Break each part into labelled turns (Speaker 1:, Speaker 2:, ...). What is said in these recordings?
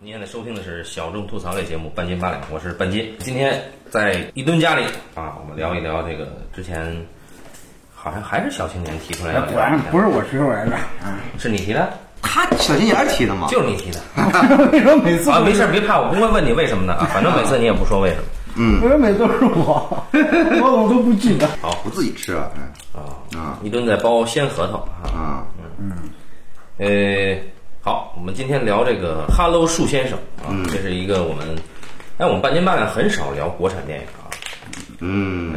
Speaker 1: 您现在收听的是小众吐槽类节目《半斤八两》，我是半斤。今天在一吨家里啊，我们聊一聊这个之前好像还是小青年提出来的，
Speaker 2: 果然不是我提出来的，
Speaker 1: 是你提的，
Speaker 3: 他小心眼儿提的嘛，
Speaker 1: 就是你提的
Speaker 2: 为什么每次
Speaker 1: 啊！没事，别怕，我不会问你为什么的啊，反正每次你也不说为什么。
Speaker 2: 为什么每次都是我？我怎么都不记得？
Speaker 3: 我自己吃了，嗯
Speaker 1: 啊
Speaker 3: 啊
Speaker 1: 一吨在包鲜核桃啊。
Speaker 3: 啊，
Speaker 2: 嗯
Speaker 1: 呃，好，我们今天聊这个《哈喽树先生》啊，
Speaker 2: 嗯
Speaker 1: 这是一个我们，哎，我们半斤八两很少聊国产电影 啊。
Speaker 3: 嗯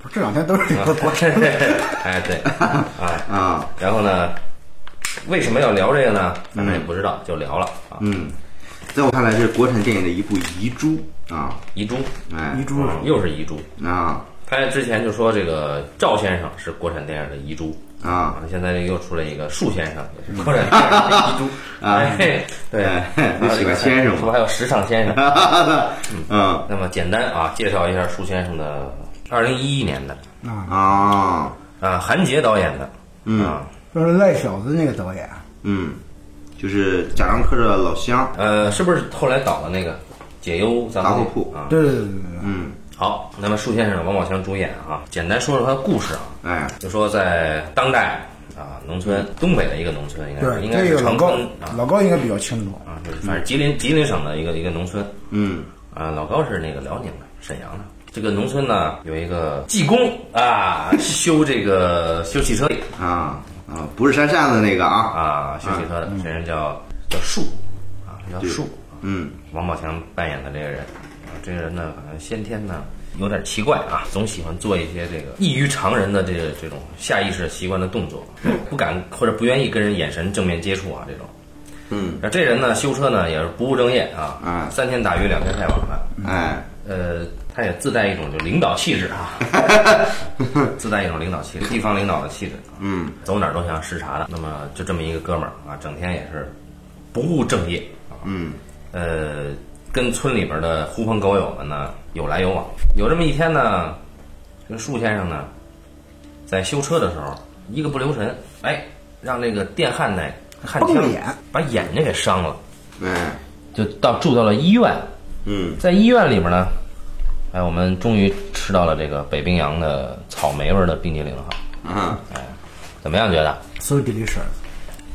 Speaker 2: 不是这两天都是
Speaker 1: 国产， 哎，对，哎，
Speaker 3: 啊
Speaker 1: 然后呢，为什么要聊这个呢？反正也不知道，就聊了啊。
Speaker 3: 嗯，在我看来是国产电影的一部遗珠啊，
Speaker 1: 遗珠，
Speaker 3: 哎
Speaker 2: 遗珠
Speaker 1: 嗯又是遗珠。
Speaker 3: 啊
Speaker 1: 他之前就说这个赵先生是国产电影的遗珠
Speaker 3: 啊，
Speaker 1: 现在又出来一个树先生，也是国产电影的遗珠
Speaker 3: 嗯 啊
Speaker 1: 哎，对
Speaker 3: 哎， 你喜欢先生
Speaker 1: 是吧？
Speaker 3: 吗？
Speaker 1: 还有时尚先 生。
Speaker 3: 嗯
Speaker 1: 那么简单啊，介绍一下树先生的二零一一年的
Speaker 3: 啊
Speaker 1: 啊，韩杰导演的，
Speaker 3: 嗯
Speaker 1: 啊，
Speaker 2: 就是赖小子那个导演，啊
Speaker 3: 嗯，就是贾樟柯的老乡，嗯
Speaker 1: 呃，是不是后来导的那个解忧杂货
Speaker 3: 杂货铺
Speaker 1: 啊？
Speaker 2: 对对对对对，
Speaker 3: 嗯
Speaker 1: 好，那么树先生王宝强主演啊，简单说说他的故事啊，
Speaker 3: 哎
Speaker 1: 就说在当代啊农村，东北的一个农村，应该是应该
Speaker 2: 嗯这
Speaker 1: 是
Speaker 2: 个老
Speaker 1: 长
Speaker 2: 高
Speaker 1: 春啊
Speaker 2: 老高应该比较清楚。
Speaker 1: 啊，就是反正吉林吉林省的一个一个农村
Speaker 3: 嗯
Speaker 1: 啊，老高是那个辽宁的沈阳的。这个农村呢，有一个技工啊，修这个修汽车的
Speaker 3: 啊啊，不是扇扇子那个啊，
Speaker 1: 啊，修汽车
Speaker 2: 嗯
Speaker 1: 的，这人叫叫树啊，叫树。
Speaker 3: 嗯
Speaker 1: 王宝强扮演的这个人，啊，这个人呢，反正先天呢有点奇怪啊，总喜欢做一些这个异于常人的这个这种下意识习惯的动作，不敢或者不愿意跟人眼神正面接触啊，这种。
Speaker 3: 嗯，
Speaker 1: 那这人呢，修车呢也是不务正业啊，
Speaker 3: 啊
Speaker 1: 三天打鱼两天晒网的。
Speaker 3: 哎
Speaker 1: 呃，他也自带一种就领导气质 啊，自带一种领导气质，地方领导的气质啊，
Speaker 3: 嗯
Speaker 1: 走哪儿都像视察的。那么就这么一个哥们儿啊，整天也是不务正业啊，
Speaker 3: 嗯
Speaker 1: 呃，跟村里边的狐朋狗友们呢有来有往。有这么一天呢，这个树先生呢，在修车的时候，一个不留神，哎，让那个电焊呢焊
Speaker 2: 崩
Speaker 1: 枪
Speaker 2: 脸
Speaker 1: 把眼睛给伤了，
Speaker 3: 哎
Speaker 1: 就到住到了医院。
Speaker 3: 嗯
Speaker 1: 在医院里边呢，哎，我们终于吃到了这个北冰洋的草莓味儿的冰激凌哈，
Speaker 3: 啊
Speaker 1: 怎么样？觉得？
Speaker 2: So delicious，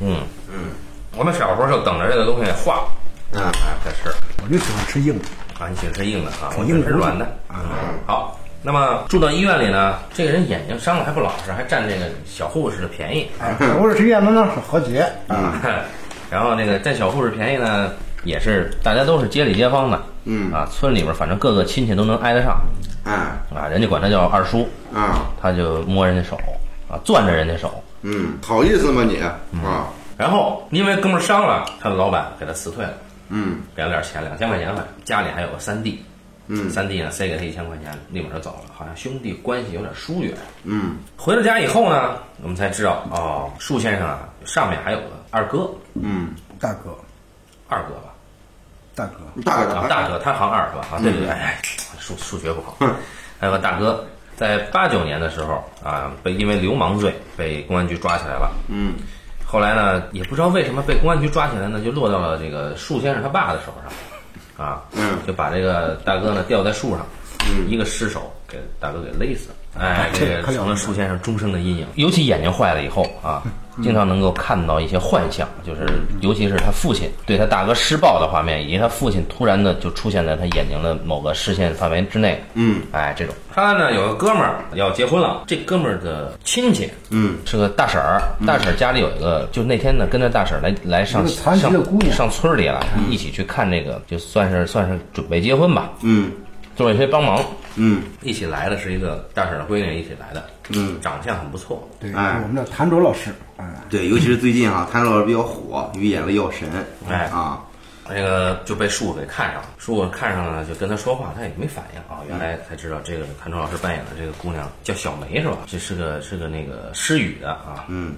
Speaker 1: 嗯嗯，我们小时候就等着这个东西化，
Speaker 3: 啊
Speaker 1: 哎，再吃。
Speaker 2: 我就喜欢吃硬的。
Speaker 1: 啊，你喜欢吃硬的啊，我
Speaker 2: 挺
Speaker 1: 喜欢
Speaker 2: 硬的
Speaker 1: 吃软的啊。好，那么住到医院里呢，这个人眼睛伤了还不老实，还占这个小护士的便宜。啊
Speaker 2: 哎，我是吃燕子那是啊何洁，
Speaker 3: 嗯
Speaker 1: 然后那个占小护士便宜呢，也是大家都是街里街坊的，
Speaker 3: 嗯
Speaker 1: 啊，村里边反正各个亲戚都能挨得上
Speaker 3: 哎
Speaker 1: 啊，人家管他叫二叔，
Speaker 3: 啊
Speaker 1: 他就摸人家手啊，攥着人家手。
Speaker 3: 嗯，好意思吗你啊
Speaker 1: 然后因为哥们儿伤了，他的老板给他辞退了，
Speaker 3: 嗯
Speaker 1: 给了点钱，两千块钱吧。家里还有个三弟，
Speaker 3: 嗯
Speaker 1: 三弟呢塞给他一千块钱，立马就走了，好像兄弟关系有点疏远。
Speaker 3: 嗯
Speaker 1: 回到家以后呢，我们才知道哦，树先生啊，上面还有个二哥，
Speaker 3: 嗯，
Speaker 2: 大哥，
Speaker 1: 二哥吧，
Speaker 2: 大哥，
Speaker 3: 大
Speaker 1: 啊
Speaker 3: 哥
Speaker 1: 大哥，他行二是吧？啊，对对对，
Speaker 3: 嗯
Speaker 1: 哎，数数学不好。还有个大哥，在八九年的时候啊，被因为流氓罪被公安局抓起来了。
Speaker 3: 嗯
Speaker 1: 后来呢，也不知道为什么被公安局抓起来呢，就落到了这个树先生他爸的手上，啊，
Speaker 3: 嗯
Speaker 1: 就把这个大哥呢吊在树上，一个失手给大哥给勒死了。哎，这个
Speaker 2: 可了不得
Speaker 1: 成了树先生终生的阴影，尤其眼睛坏了以后啊，经常能够看到一些幻象，就是尤其是他父亲对他大哥施暴的画面，以及他父亲突然的就出现在他眼睛的某个视线范围之内。
Speaker 3: 嗯
Speaker 1: 哎，这种他呢有个哥们儿要结婚了，这哥们儿的亲戚
Speaker 3: 嗯
Speaker 1: 是个大婶儿，大婶儿家里有一个，就那天呢跟着大婶儿来来上
Speaker 2: 一个残疾的姑
Speaker 1: 上
Speaker 2: 娘
Speaker 1: 上村儿里来，一起去看这个，就算是算是准备结婚吧，
Speaker 3: 嗯
Speaker 1: 做一些帮忙。
Speaker 3: 嗯
Speaker 1: 一起来的是一个大婶儿的闺女，一起来的，
Speaker 3: 嗯，
Speaker 1: 长相很不错，
Speaker 2: 对，
Speaker 3: 哎
Speaker 2: 我们的谭卓老师，哎，
Speaker 3: 对，尤其是最近哈，谭老师比较火，因为演了《药神》
Speaker 1: 哎
Speaker 3: 啊，
Speaker 1: 那个就被树给看上了，树看上了就跟他说话，他也没反应啊，原来才知道这个谭冲老师扮演的这个姑娘叫小梅是吧？这是个是个那个诗雨的啊，
Speaker 3: 嗯，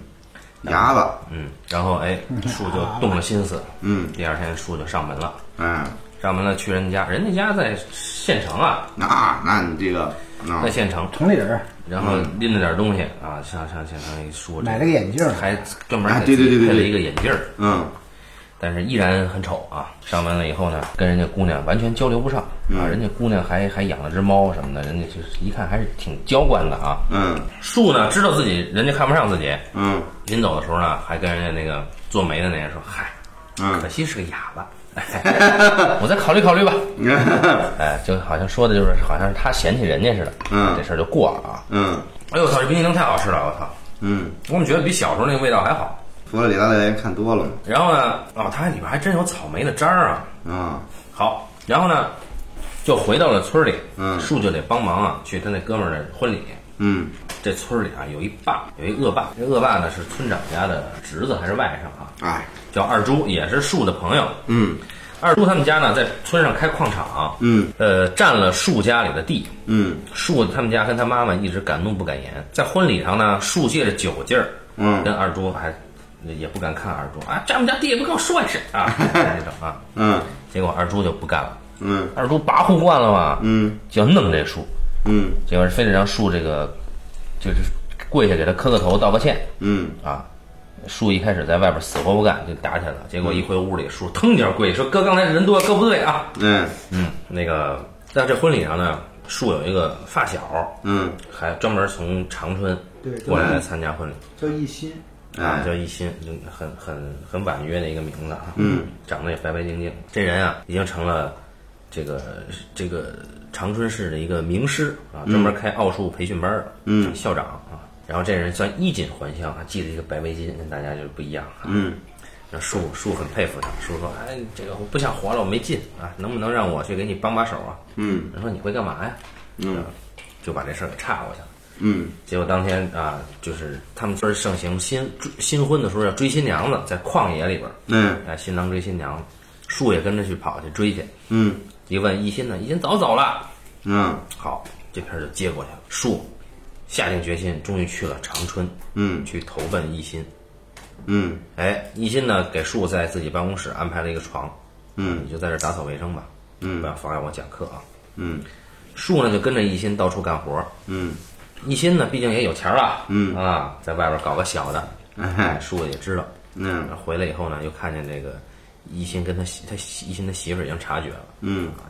Speaker 3: 牙子，
Speaker 1: 嗯，然后哎树就动了心思，
Speaker 3: 嗯，
Speaker 1: 第二天树就上门了。
Speaker 3: 哎，
Speaker 1: 上门了去人家，人家家在县城啊，
Speaker 3: 那那你这个，那
Speaker 1: 在县城，
Speaker 2: 城里人儿
Speaker 1: 然后
Speaker 3: 嗯
Speaker 1: 拎着点东西啊，上上县城一说，
Speaker 2: 买了个眼镜儿，
Speaker 1: 还专门
Speaker 3: 啊
Speaker 1: 给
Speaker 3: 对对
Speaker 1: 自己
Speaker 3: 对对
Speaker 1: 配了
Speaker 3: 对
Speaker 1: 一个眼镜儿。
Speaker 3: 嗯
Speaker 1: 但是依然很丑啊。上完了以后呢，跟人家姑娘完全交流不上
Speaker 3: 嗯
Speaker 1: 啊，人家姑娘还还养了只猫什么的，人家就是一看还是挺娇惯的啊。
Speaker 3: 嗯
Speaker 1: 树呢知道自己人家看不上自己，
Speaker 3: 嗯
Speaker 1: 临走的时候呢，还跟人家那个做媒的那人说：“嗨，可
Speaker 3: 嗯，
Speaker 1: 惜是个哑 巴，我再考虑考虑吧。”哎，就好像说的就是好像是他嫌弃人家似的，
Speaker 3: 嗯
Speaker 1: 这事儿就过了啊。
Speaker 3: 嗯
Speaker 1: 哎呦我操，这冰激凌太好吃了，我操！
Speaker 3: 嗯，
Speaker 1: 我怎么觉得比小时候那个味道还好？
Speaker 3: 佛罗里达乐园看多了嘛，
Speaker 1: 然后呢，哦，它里边还真有草莓的渣儿啊。
Speaker 3: 啊
Speaker 1: 好，然后呢，就回到了村里，
Speaker 3: 嗯
Speaker 1: 树就得帮忙啊，去他那哥们儿的婚礼。
Speaker 3: 嗯
Speaker 1: 这村里啊，有一霸，有一恶霸。这恶霸呢是村长家的侄子还是外甥啊？
Speaker 3: 哎
Speaker 1: 叫二猪，也是树的朋友。
Speaker 3: 嗯
Speaker 1: 二猪他们家呢，在村上开矿场，
Speaker 3: 嗯
Speaker 1: 呃，占了树家里的地。
Speaker 3: 嗯
Speaker 1: 树他们家跟他妈妈一直敢怒不敢言，在婚礼上呢，树借着酒劲儿，
Speaker 3: 嗯
Speaker 1: 跟二猪还也不敢看二猪啊，占我们家地也不跟我说一声啊，那种啊。
Speaker 3: 嗯
Speaker 1: 结果二猪就不干了，
Speaker 3: 嗯
Speaker 1: 二猪跋扈惯了嘛，
Speaker 3: 嗯
Speaker 1: 就要弄这树，
Speaker 3: 嗯
Speaker 1: 结果非得让树这个就是跪下给他磕个头道个歉
Speaker 3: 嗯
Speaker 1: 啊。树一开始在外边死活不干，就打起来了。结果一回屋里，树腾一下跪，说：“哥，刚才人多，哥不对啊。
Speaker 3: 嗯”
Speaker 1: 嗯，那个在这婚礼上呢，树有一个发小，
Speaker 3: 嗯，
Speaker 1: 还专门从长春
Speaker 2: 对
Speaker 1: 过来来参加婚礼。
Speaker 2: 叫一心，
Speaker 1: 啊，
Speaker 3: 嗯哎
Speaker 1: 叫一心，就很很很婉约的一个名字啊。嗯，长得也白白净净。这人啊，已经成了这个这个长春市的一个名师啊，专
Speaker 3: 嗯
Speaker 1: 门开奥数培训班的，嗯，校长啊。然后这人算衣锦还乡，啊还系了一个白围巾，跟大家就不一样啊。
Speaker 3: 嗯
Speaker 1: 那树树很佩服他，树说：“哎，这个我不想活了，我没劲啊，能不能让我去给你帮把手啊？”
Speaker 3: 嗯
Speaker 1: 人说：“你会干嘛呀？”啊
Speaker 3: 嗯，
Speaker 1: 就把这事儿给岔过去了。
Speaker 3: 嗯
Speaker 1: 结果当天啊，就是他们村儿盛行新追新婚的时候要追新娘子，在旷野里边儿，
Speaker 3: 嗯
Speaker 1: 哎，新郎追新娘子，树也跟着去跑去追去。
Speaker 3: 嗯
Speaker 1: 一问一心呢，一心早走了。
Speaker 3: 嗯
Speaker 1: 好，这片儿就接过去了。树下定决心，终于去了长春，
Speaker 3: 嗯
Speaker 1: 去投奔一心。
Speaker 3: 嗯
Speaker 1: 哎，一心呢给树在自己办公室安排了一个床，嗯，你就在这儿打扫卫生吧，嗯，不要妨碍我讲课啊。
Speaker 3: 嗯
Speaker 1: 树呢就跟着一心到处干活儿，
Speaker 3: 嗯
Speaker 1: 一心呢毕竟也有钱儿了，
Speaker 3: 嗯
Speaker 1: 啊，在外边儿搞个小的，哎，
Speaker 3: 哎
Speaker 1: 叔也知道。
Speaker 3: 嗯
Speaker 1: 然后回来以后呢，又看见这个一心跟他媳他媳一心的媳妇儿已经察觉了，
Speaker 3: 嗯
Speaker 1: 啊，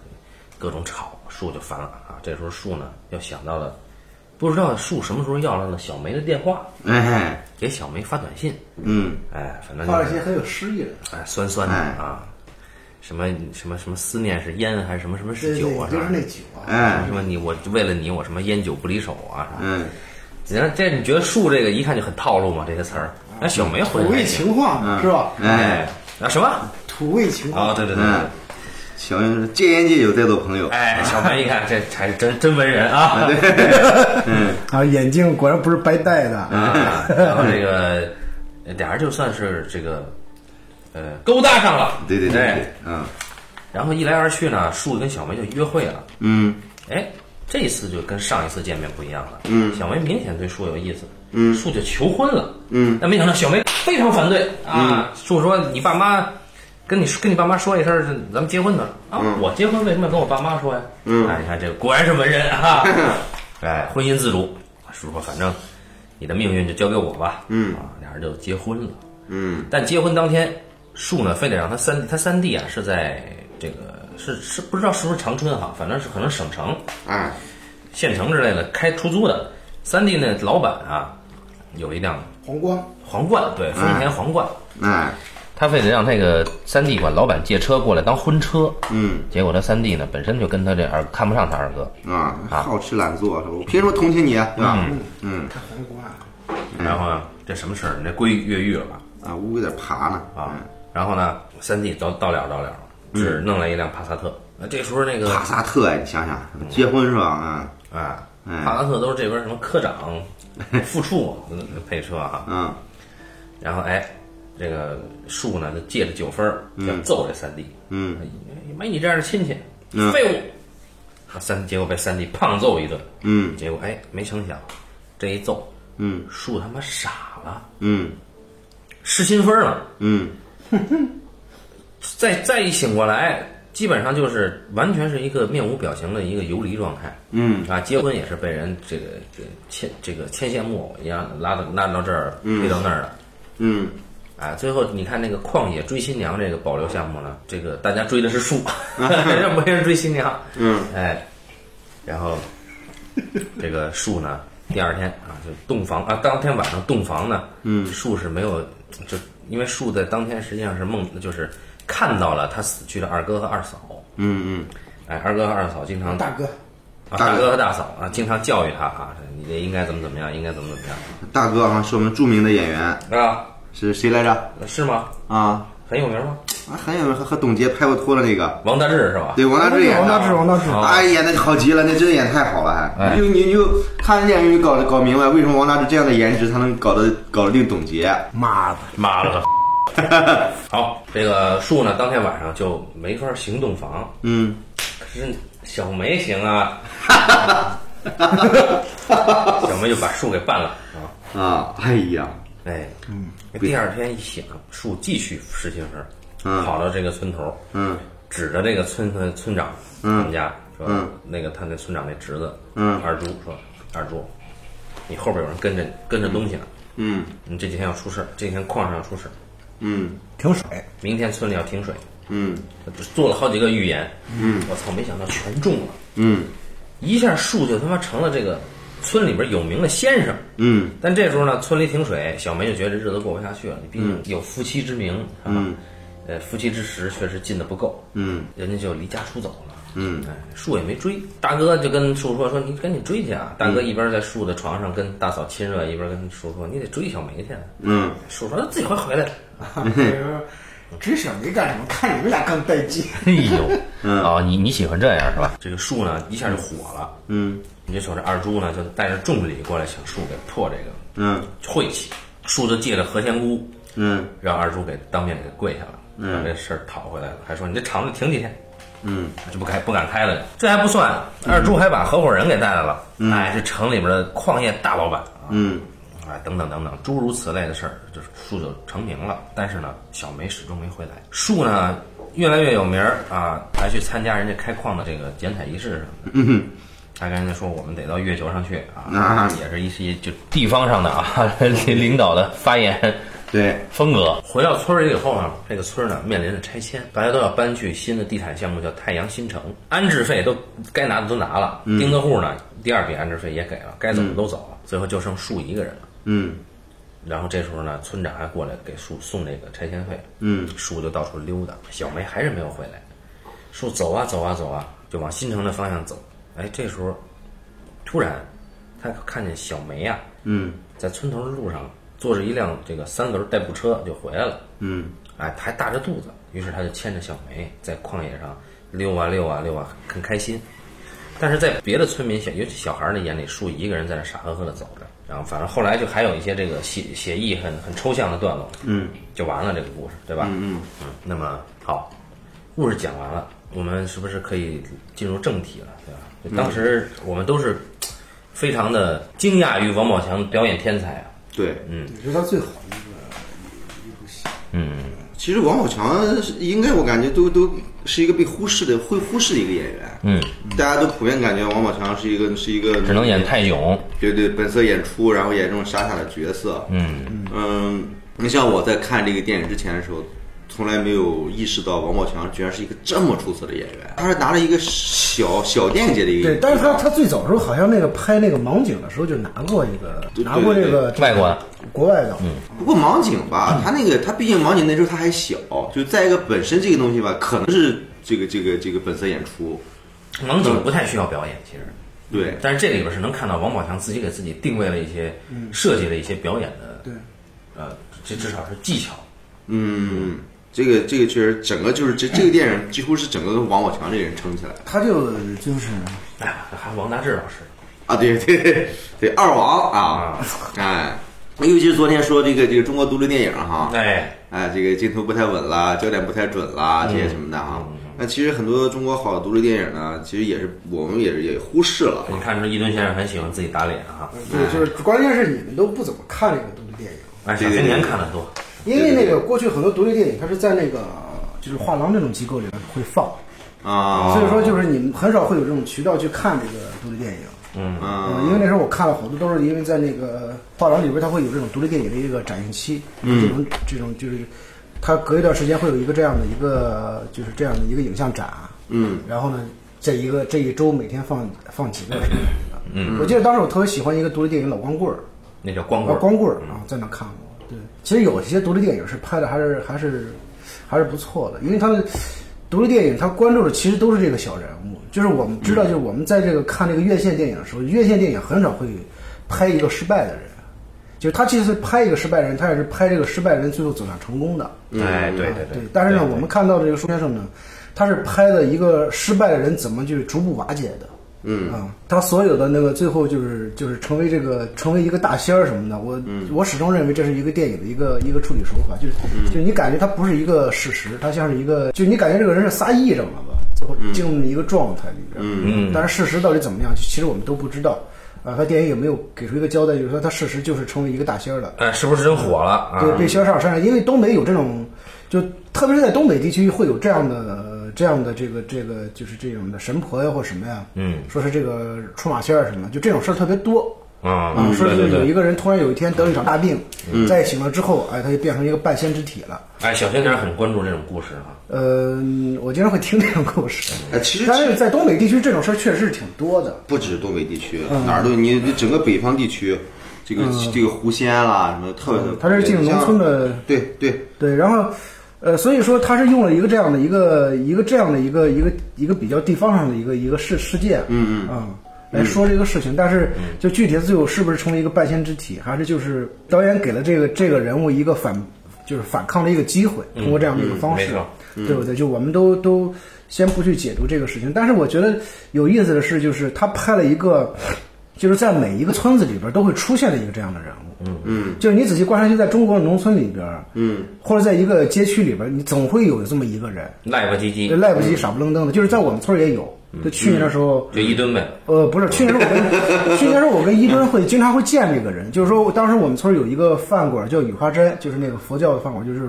Speaker 1: 各种吵，树就烦了啊。这时候树呢又想到了，不知道树什么时候要来了小梅的电话，
Speaker 3: 哎
Speaker 1: 给小梅发短信，
Speaker 3: 嗯
Speaker 1: 哎，反正
Speaker 2: 发
Speaker 1: 就
Speaker 2: 了一些
Speaker 1: 是
Speaker 2: 很有诗意的。
Speaker 1: 哎酸酸的
Speaker 3: 哎
Speaker 1: 啊，什么什么什么思念是烟还是什么什么
Speaker 2: 对
Speaker 1: 是
Speaker 2: 对，
Speaker 1: 酒啊
Speaker 2: 就
Speaker 1: 啥
Speaker 2: 是那
Speaker 1: 的。
Speaker 2: 酒啊，
Speaker 3: 哎
Speaker 1: 什么你我为了你我什么烟酒不离手啊啥的，
Speaker 3: 嗯
Speaker 1: 你看这你觉得树这个一看就很套路嘛这些词儿，那小梅回
Speaker 2: 土
Speaker 1: 来
Speaker 2: 味
Speaker 1: 还行
Speaker 2: 情话嘛，是吧？
Speaker 1: 哎
Speaker 3: 哎，
Speaker 1: 啊什么
Speaker 2: 土味情
Speaker 1: 啊
Speaker 2: 话，
Speaker 1: 对对对对
Speaker 3: 嗯，小英说戒烟戒酒再做朋友，
Speaker 1: 哎，小白一看，这才是真真文人啊！
Speaker 2: 啊，眼镜果然不是白戴
Speaker 1: 嗯
Speaker 2: 的，
Speaker 1: 啊 然后这个俩人就算是这个呃勾搭上了，
Speaker 3: 对对对
Speaker 1: 哎
Speaker 3: 对，嗯
Speaker 1: 然后一来二去呢，树跟小梅就约会了。
Speaker 3: 嗯
Speaker 1: 哎，这一次就跟上一次见面不一样了。嗯，小梅明显对树有意思。
Speaker 3: 嗯
Speaker 1: 树就求婚了。
Speaker 3: 嗯，
Speaker 1: 但没想到小梅非常反对啊。树说：“你爸妈跟你跟你爸妈说一声，咱们结婚吧。”啊，我结婚为什么要跟我爸妈说呀？嗯，哎，你看这个果然是文人啊。哎，婚姻自主，树说反正你的命运就交给我吧。嗯，啊，俩人就结婚了。
Speaker 3: 嗯
Speaker 1: 但结婚当天，树呢非得让他三他三弟啊是在这个是是不知道是不是长春哈、反正是可能省城
Speaker 3: 哎
Speaker 1: 县城之类的开出租的。三弟那老板啊，有一辆
Speaker 2: 黄光，
Speaker 1: 皇冠，对，丰田皇冠，
Speaker 3: 哎
Speaker 1: 他非得让那个三弟管老板借车过来当婚车。
Speaker 3: 嗯
Speaker 1: 结果他三弟呢，本身就跟他这二看不上他二哥，
Speaker 3: 啊，好吃懒做，我凭什么同情你啊？对吧？嗯
Speaker 2: 看黄光啊，
Speaker 1: 然后啊，这什么事儿？你这闺女越狱了吧？
Speaker 3: 啊，乌龟在爬呢
Speaker 1: 啊，然后呢，三弟到到了到了，只弄了一辆帕萨特。那这时候那个
Speaker 3: 帕萨特呀，你想想，结婚是吧？啊，
Speaker 1: 啊，
Speaker 3: 哎
Speaker 1: 帕萨特都是这边什么科长、副处配车啊。
Speaker 3: 嗯
Speaker 1: 然后哎，这个树呢就借着酒分儿要揍这三弟，哎
Speaker 3: 嗯
Speaker 1: 没你这样的亲戚，
Speaker 3: 嗯
Speaker 1: 废物。啊三结果被三弟胖揍一顿，
Speaker 3: 嗯
Speaker 1: 结果哎没成想，这一揍
Speaker 3: 嗯
Speaker 1: 树他妈傻了，
Speaker 3: 嗯
Speaker 1: 失心疯了，
Speaker 3: 嗯
Speaker 1: 再再一醒过来。基本上就是完全是一个面无表情的一个游离状态，
Speaker 3: 嗯
Speaker 1: 啊，结婚也是被人这个这个牵这个牵线木偶一样的拉到拉到这儿，推到那儿的，
Speaker 3: 嗯
Speaker 1: 啊，最后你看那个旷野追新娘这个保留项目呢，这个大家追的是 树，没人追新娘。
Speaker 3: 嗯，
Speaker 1: 哎，然后这个树呢，第二天啊就洞房啊，当天晚上洞房呢，嗯，树是没有，就因为树在当天实际上是梦，就是看到了他死去的二哥和二嫂，
Speaker 3: 嗯
Speaker 1: 哎，二哥和二嫂经常
Speaker 2: 大哥，
Speaker 1: 啊，
Speaker 3: 大
Speaker 1: 大哥和大嫂啊，经常教育他啊，你这应该怎么怎么样，应该怎么怎么样
Speaker 3: 嗯，大哥啊，是我们著名的演员，
Speaker 1: 啊？
Speaker 3: 是谁来着？
Speaker 1: 是吗？
Speaker 3: 啊
Speaker 1: 很有名吗？
Speaker 3: 啊，还有和和董洁拍过拖的那个，
Speaker 1: 王大治是吧？
Speaker 3: 对，王大治演
Speaker 2: 王大
Speaker 3: 的。
Speaker 2: 治，王大治，
Speaker 1: 啊
Speaker 3: 哎呀，那好极了，那真的演太好了，还
Speaker 1: 哎
Speaker 3: 你就你就看电影就搞搞明白为什么王大治这样的颜值，他能搞得搞得定董洁。
Speaker 2: 妈的，
Speaker 1: 妈了个！ 好，这个树呢，当天晚上就没法行洞房，
Speaker 3: 嗯，
Speaker 1: 可是小梅行 啊，小梅就把树给办了啊。
Speaker 3: 啊，哎呀，
Speaker 1: 哎，嗯，第二天一想，树继续实行时，
Speaker 3: 嗯
Speaker 1: 跑到这个村头，
Speaker 3: 嗯
Speaker 1: 指着这个村村村长，
Speaker 3: 嗯
Speaker 1: 他们家说，
Speaker 3: 嗯
Speaker 1: 那个他那村长那侄子，
Speaker 3: 嗯
Speaker 1: 二猪说，二猪，你后边有人跟着跟着东西呢，
Speaker 3: 嗯
Speaker 1: 你这几天要出事，这几天矿上要出事，
Speaker 3: 嗯
Speaker 2: 停水，
Speaker 1: 明天村里要停水，
Speaker 3: 嗯
Speaker 1: 做了好几个预言，嗯，我操，没想到全中了，
Speaker 3: 嗯
Speaker 1: 一下树就他妈成了这个村里边有名的先生。
Speaker 3: 嗯
Speaker 1: 但这时候呢，村里停水，小梅就觉得日子过不下去了。你毕
Speaker 3: 嗯
Speaker 1: 竟有夫妻之名，啊，呃，夫妻之实确实尽的不够，
Speaker 3: 嗯
Speaker 1: 人家就离家出走了。
Speaker 3: 嗯
Speaker 1: 哎，树也没追，大哥就跟树说：“说你赶紧追去
Speaker 3: 嗯
Speaker 1: 啊！”大哥一边在树的床上跟大嫂亲热，一边跟树说：“你得追小梅去。啊
Speaker 3: 嗯，”
Speaker 1: 树说：“自己会回来的。
Speaker 2: 嗯追小梅干什么？看你们俩更带劲。”
Speaker 1: 哎呦，啊，你你喜欢这样是吧？这个树呢，一下就火了。
Speaker 3: 嗯
Speaker 1: 你就瞅这二猪呢，就带着重礼过来，想树给破这个
Speaker 3: 嗯
Speaker 1: 晦气。树就借着何仙姑，
Speaker 3: 嗯
Speaker 1: 让二猪给当面给跪下了，把这事儿讨回来了，还说你这厂子停几天，
Speaker 3: 嗯
Speaker 1: 就不开不敢开了。这还不算，二猪还把合伙人给带来了，哎，这城里边的矿业大老板啊，
Speaker 3: 嗯
Speaker 1: 啊等等等等，诸如此类的事儿，就是树就成名了。但是呢，小梅始终没回来。树呢越来越有名儿啊，还去参加人家开矿的这个剪彩仪式什么的。
Speaker 3: 嗯哼
Speaker 1: 他跟人家说，我们得到月球上去啊，
Speaker 3: 啊
Speaker 1: 也是一些就地方上的啊 领领导的发言。
Speaker 3: 对，
Speaker 1: 风格。回到村儿里以后呢，这个村儿呢面临着拆迁，大家都要搬去新的地产项目，叫太阳新城。安置费都该拿的都拿了，
Speaker 3: 嗯
Speaker 1: 钉子户呢第二笔安置费也给了，该走的都走了，最后就剩树一个人了。
Speaker 3: 嗯
Speaker 1: 然后这时候呢，村长还过来给树送这个拆迁费，
Speaker 3: 嗯
Speaker 1: 树就到处溜达，小梅还是没有回来。树走啊走啊走啊，就往新城的方向走。哎，这时候突然他看见小梅啊，
Speaker 3: 嗯
Speaker 1: 在村头的路上坐着一辆这个三轮代步车就回来了。
Speaker 3: 嗯
Speaker 1: 哎，还大着肚子，于是他就牵着小梅在旷野上溜啊溜啊溜啊，很开心。但是在别的村民小，尤其小孩儿的眼里，树一个人在那傻呵呵的走着。然后，反正后来就还有一些这个写写意很很抽象的段落，
Speaker 3: 嗯
Speaker 1: 就完了这个故事，对吧？嗯嗯。那么好，故事讲完了，我们是不是可以进入正题了？对吧？就当时我们都是非常的惊讶于王宝强的表演天才啊。
Speaker 3: 对，
Speaker 2: 你是他最好的一个，
Speaker 1: 嗯
Speaker 3: 其实王宝强是应该我感觉都都是一个被忽视的会忽视的一个演员，
Speaker 1: 嗯，
Speaker 3: 大家都普遍感觉王宝强是一个是一个
Speaker 1: 只能演泰囧。
Speaker 3: 对对本色演出，然后演这种傻傻的角色，
Speaker 1: 嗯
Speaker 3: 嗯，你像我在看这个电影之前的时候，从来没有意识到王宝强居然是一个这么出色的演员，他是拿了一个小小电影节的一个
Speaker 2: 对，但是他他最早的时候好像那个拍那个盲井的时候就拿过一个，
Speaker 3: 对
Speaker 2: 拿过这个
Speaker 1: 外国的
Speaker 2: 国外的，
Speaker 3: 不过盲井吧，他那个他毕竟盲井那时候他还小，就再一个本身这个东西吧，可能是这个这个这个本色演出，
Speaker 1: 盲
Speaker 2: 嗯
Speaker 1: 井不太需要表演，其实。
Speaker 3: 对，
Speaker 1: 但是这里边是能看到王宝强自己给自己定位了一些、设计了一些表演的，
Speaker 2: 嗯对，
Speaker 1: 呃，这至少是技巧。
Speaker 3: 嗯，这个这个确实整个就是这这个电影几乎是整个跟王宝强这个人撑起来的
Speaker 2: 他就就是
Speaker 1: 哎，还王大治老师，
Speaker 3: 啊，对对对对，二王啊，哎，尤其是昨天说这个这个中国独立电影哈，
Speaker 1: 哎，
Speaker 3: 哎，这个镜头不太稳啦，焦点不太准啦，
Speaker 2: 嗯
Speaker 3: 这些什么的啊。那其实很多中国好的独立电影呢，其实也是我们也是也忽视了。
Speaker 1: 你看这一吨先生很喜欢自己打脸啊，
Speaker 2: 对，就是关键是你们都不怎么看这个独立电影，
Speaker 1: 哎，小
Speaker 3: 对对
Speaker 1: 青年
Speaker 3: 对
Speaker 1: 看的多，
Speaker 2: 因为那个过去很多独立电影它是在那个就是画廊这种机构里面会放，
Speaker 3: 啊，
Speaker 2: 所以说就是你们很少会有这种渠道去看这个独立电影。
Speaker 3: 嗯
Speaker 2: 嗯，因为那时候我看了好多，都是因为在那个画廊里边，它会有这种独立电影的一个展映期，这种这种就是，它隔一段时间会有一个这样的一个就是这样的一个影像展，啊
Speaker 3: 嗯，
Speaker 2: 然后呢，这一个这一周每天放放几个，嗯，我记得当时我特别喜欢一个独立电影《老光棍儿》，
Speaker 1: 那叫光
Speaker 2: 啊
Speaker 1: 棍。
Speaker 2: 光棍儿啊，在那看过。对，其实有些独立电影是拍的还是还是还是不错的，因为他们独立电影他关注的其实都是这个小人物，就是我们
Speaker 1: 嗯
Speaker 2: 知道，就是我们在这个看这个院线电影的时候，院线电影很少会拍一个失败的人。就是他即使拍一个失败人，他也是拍这个失败人最后走向成功的。
Speaker 1: 哎，对对
Speaker 2: 对但是呢，我们看到这个舒先生呢，他是拍的一个失败的人怎么就是逐步瓦解的。嗯啊，他所有的那个最后就是就是成为这个成为一个大仙儿什么的，我、我始终认为这是一个电影的一个一个处理手法，就是、就是你感觉它不是一个事实，它像是一个，就你感觉这个人是撒癔症了吧，最后进入了一个状态里边。嗯嗯嗯，但是事实到底怎么样，其实我们都不知道。啊，他电影有没有给出一个交代？就是说他事实就是成为一个大仙儿了。
Speaker 1: 哎，是不是真火了啊？
Speaker 2: 对，被销上身上，因为东北有这种，就特别是在东北地区会有这样的、呃这样的这个这个就是这种的神婆呀或什么呀，
Speaker 1: 嗯，
Speaker 2: 说是这个出马仙儿什么，就这种事儿特别多。
Speaker 1: 啊
Speaker 2: 啊，说
Speaker 1: 对嗯
Speaker 2: 是
Speaker 1: 对
Speaker 2: 有一
Speaker 1: 对，
Speaker 2: 个人突然有一天得了一场大病，再醒了之后，哎，他就变成一个半仙之体了。
Speaker 1: 哎，小青年很关注这种故事啊。
Speaker 2: 呃，我经常会听这种故事，
Speaker 3: 哎，其实
Speaker 2: 但是在东北地区这种事儿确实是挺多的。
Speaker 3: 不止东北地区，
Speaker 2: 嗯
Speaker 3: 哪儿都你你整个北方地区，这个这个狐仙啦什么特别，
Speaker 2: 嗯它是进入农村的
Speaker 3: 像，对对，
Speaker 2: 对，然后，呃，所以说他是用了一个这样的一个一个这样的一个一个一个比较地方上的一个一个事事件，嗯嗯啊。来说这个事情，但是就具体的最后是不是成为一个半仙之体，还是就是导演给了这个这个人物一个反，就是反抗的一个机会，通过这样的一个方式，对不对？就我们都都先不去解读这个事情，但是我觉得有意思的是，就是他拍了一个，就是在每一个村子里边都会出现的一个这样的人物，嗯嗯，就是你仔细观察，就在中国农村里边，嗯，或者在一个街区里边，你总会有这么一个人，
Speaker 1: 赖不唧唧，
Speaker 2: 这赖不唧傻不愣登的，就是在我们村儿也有。就去年的时候，
Speaker 1: 就一吨呗。
Speaker 2: 呃，不是，去年时候我跟去年时候我跟伊敦会经常会见这个人，就是说当时我们村儿有一个饭馆叫雨花斋，就是那个佛教的饭馆，就是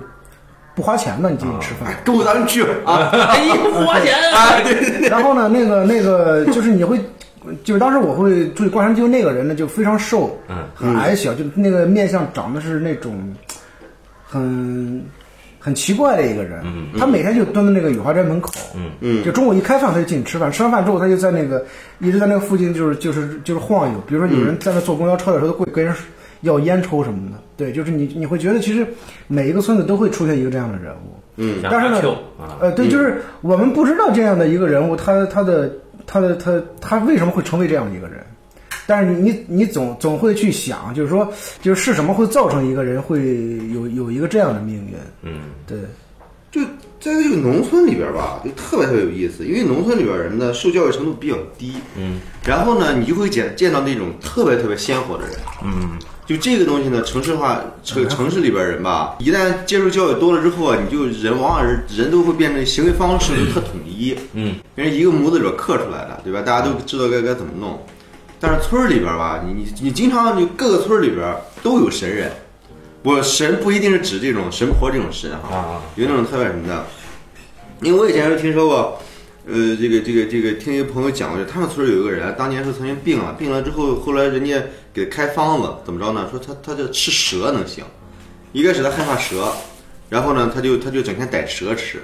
Speaker 2: 不花钱的，你进去吃饭。
Speaker 3: 跟我咱们去
Speaker 2: 嗯
Speaker 3: 啊！
Speaker 1: 哎，不花钱啊！
Speaker 2: 然后呢，那个那个就是你会，就是当时我会注意观察，就那个人呢就非常瘦，
Speaker 1: 嗯，
Speaker 2: 很矮小，就那个面相长得是那种很很奇怪的一个人。嗯，他每天就蹲在那个雨花斋门口，嗯嗯，就中午一开饭他就进去吃饭，吃完饭之后他就在那个一直在那个附近就是就是就是晃悠，比如说有人在那坐公交车的时候，他会跟人。要烟抽什么的，对，就是你你会觉得其实每一个村子都会出现一个这样的人物，
Speaker 1: 嗯
Speaker 2: 但是呢，呃，对，就是我们不知道这样的一个人物，他他的他的他他为什么会成为这样一个人？但是你你你总总会去想，就是说，就是是什么会造成一个人会有有一个这样的命运？
Speaker 1: 嗯，
Speaker 2: 对，
Speaker 3: 就在这个农村里边吧，就特别特别有意思，因为农村里边人的受教育程度比较低，嗯，然后呢，你就会见见到那种特别特别鲜活的人，嗯，就这个东西呢，城市化城城市里边人吧，一旦接受教育多了之后啊，你就人往往是人都会变成行为方式就特统一，
Speaker 1: 嗯，
Speaker 3: 因为一个模子里边刻出来的，对吧？大家都知道该该怎么弄，但是村儿里边吧，你你你经常就各个村儿里边都有神人，我神不一定是指这种神婆这种神哈，
Speaker 1: 啊
Speaker 3: 有那种特别什么的，因为我以前就听说过，呃，这个这个这个，听一个朋友讲过，就他们村儿有一个人，当年是曾经病了，病了之后，后来人家给开方子，怎么着呢？说他他就吃蛇能行，一开始他害怕蛇，然后呢，他就他就整天逮蛇吃，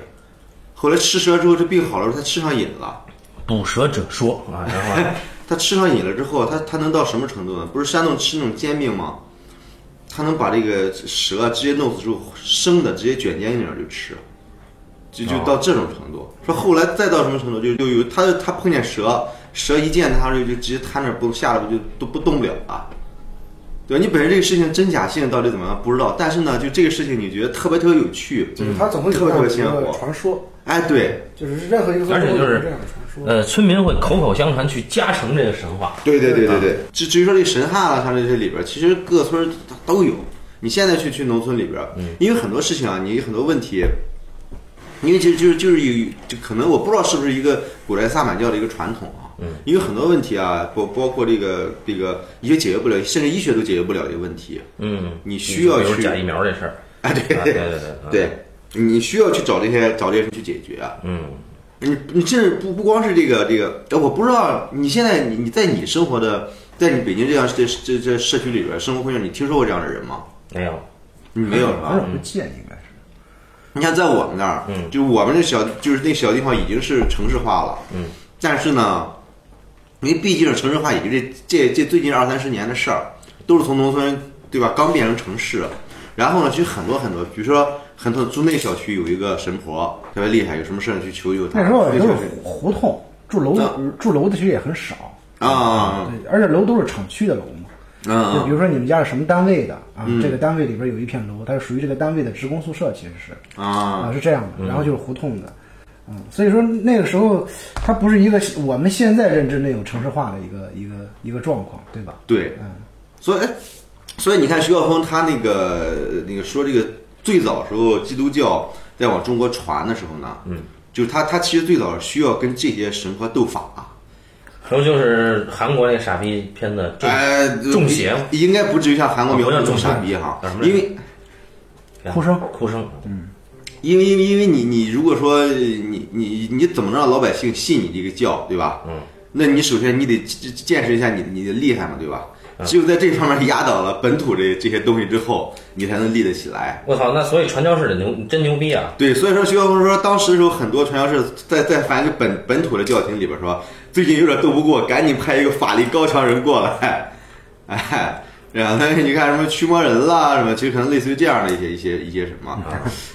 Speaker 3: 后来吃蛇之后，这病好了，他吃上瘾了。
Speaker 1: 捕蛇者说啊，然后
Speaker 3: 他吃上瘾了之后，他他能到什么程度呢？不是山东吃那种煎饼吗？他能把这个蛇啊直接弄死之后，生的直接卷煎饼就吃，就就到这种程度。说后来再到什么程度，就就有他他碰见蛇，蛇一见他就就直接瘫那儿不下来，不就都不动不了了。对吧你本身这个事情真假性到底怎么样不知道，但是呢，就这个事情你觉得特别特别有趣，
Speaker 2: 就是他总会有
Speaker 3: 特
Speaker 2: 这
Speaker 3: 别
Speaker 2: 样的
Speaker 3: 特
Speaker 2: 一
Speaker 3: 别鲜
Speaker 2: 个
Speaker 3: 活。
Speaker 2: 传说，
Speaker 3: 哎，对，
Speaker 2: 就是任何一个村
Speaker 1: 而且
Speaker 2: 落
Speaker 1: 就
Speaker 2: 都有
Speaker 1: 是
Speaker 2: 这样的传说。
Speaker 1: 呃，村民会口口相传去加成这个神话。
Speaker 3: 对对对对
Speaker 1: 嗯
Speaker 3: 对，至至于说这神汉啊，像这些里边儿，其实各村儿它都有。你现在去去农村里边儿，
Speaker 1: 嗯
Speaker 3: 因为很多事情啊，你很多问题，因为就就就是有就可能我不知道是不是一个古代萨满教的一个传统啊，
Speaker 1: 嗯
Speaker 3: 因为很多问题啊，包包括这个这个医学解决不了，甚至医学都解决不了的问题，
Speaker 1: 嗯，
Speaker 3: 你需要
Speaker 1: 比如
Speaker 3: 去
Speaker 1: 假疫苗这事儿。
Speaker 3: 啊，对
Speaker 1: 啊对对对
Speaker 3: 对，你需要去找这些找这些人去解决啊，
Speaker 1: 嗯，
Speaker 3: 你你甚至不不光是这个这个，呃我不知道你现在你你在你生活的，在你北京这样这这这社区里边生活环境，你听说过这样的人吗？
Speaker 1: 没有，
Speaker 3: 你没有是
Speaker 2: 很
Speaker 3: 吧
Speaker 2: 少？会见，应该是。
Speaker 3: 你看，在我们那儿，
Speaker 1: 嗯
Speaker 3: 就我们这小，就是那小地方已经是城市化了，
Speaker 1: 嗯，
Speaker 3: 但是呢，因为毕竟城市化也就这这这最近二三十年的事儿，都是从农村对吧，刚变成城市，然后呢，其实很多很多，比如说很多住那小区有一个神婆特别厉害，有什么事儿去求求她，
Speaker 2: 那时候也
Speaker 3: 那
Speaker 2: 都
Speaker 3: 小
Speaker 2: 是
Speaker 3: 区
Speaker 2: 胡同，住楼
Speaker 3: 嗯
Speaker 2: 住楼的其实也很少，
Speaker 3: 啊，
Speaker 2: 对，而且楼都是厂区的楼嘛。就比
Speaker 3: 嗯
Speaker 2: 如说你们家是什么单位的啊？这个单位里边有一片楼，它是属于这个单位的职工宿舍，其实是
Speaker 3: 嗯啊，
Speaker 2: 啊是这样的，然后就是胡同的，嗯，所以说那个时候它不是一个我们现在认知那种城市化的一个一个一个状况，对吧？
Speaker 3: 对，所以哎所以你看徐晓峰他那个那个说这个最早时候基督教在往中国传的时候呢，嗯，就是他他其实最早需要跟这些神婆斗法，
Speaker 1: 不就是韩国那傻逼片子中
Speaker 3: 哎，
Speaker 1: 中邪吗？
Speaker 3: 应该啊不至于像韩国描述这么傻逼哈
Speaker 1: 啊，不是
Speaker 3: 因为
Speaker 2: 哭声嗯
Speaker 1: 哭声，
Speaker 3: 因为因为因为你你如果说你你你怎么让老百姓信你这个教，对吧？
Speaker 1: 嗯，
Speaker 3: 那你首先你得见见识一下你你的厉害嘛，对吧？只有在这方面压倒了本土这这些东西之后，你才能立得起来。
Speaker 1: 我操，那所以传教士得牛真牛逼啊！
Speaker 3: 对，所以说徐晓峰说，当时时候很多传教士在在反正本本土的教廷里边说，最近有点斗不过，赶紧派一个法力高强人过来，哎，然后你看什么驱魔人啦，什么其实可能类似于这样的一些一些一些什么，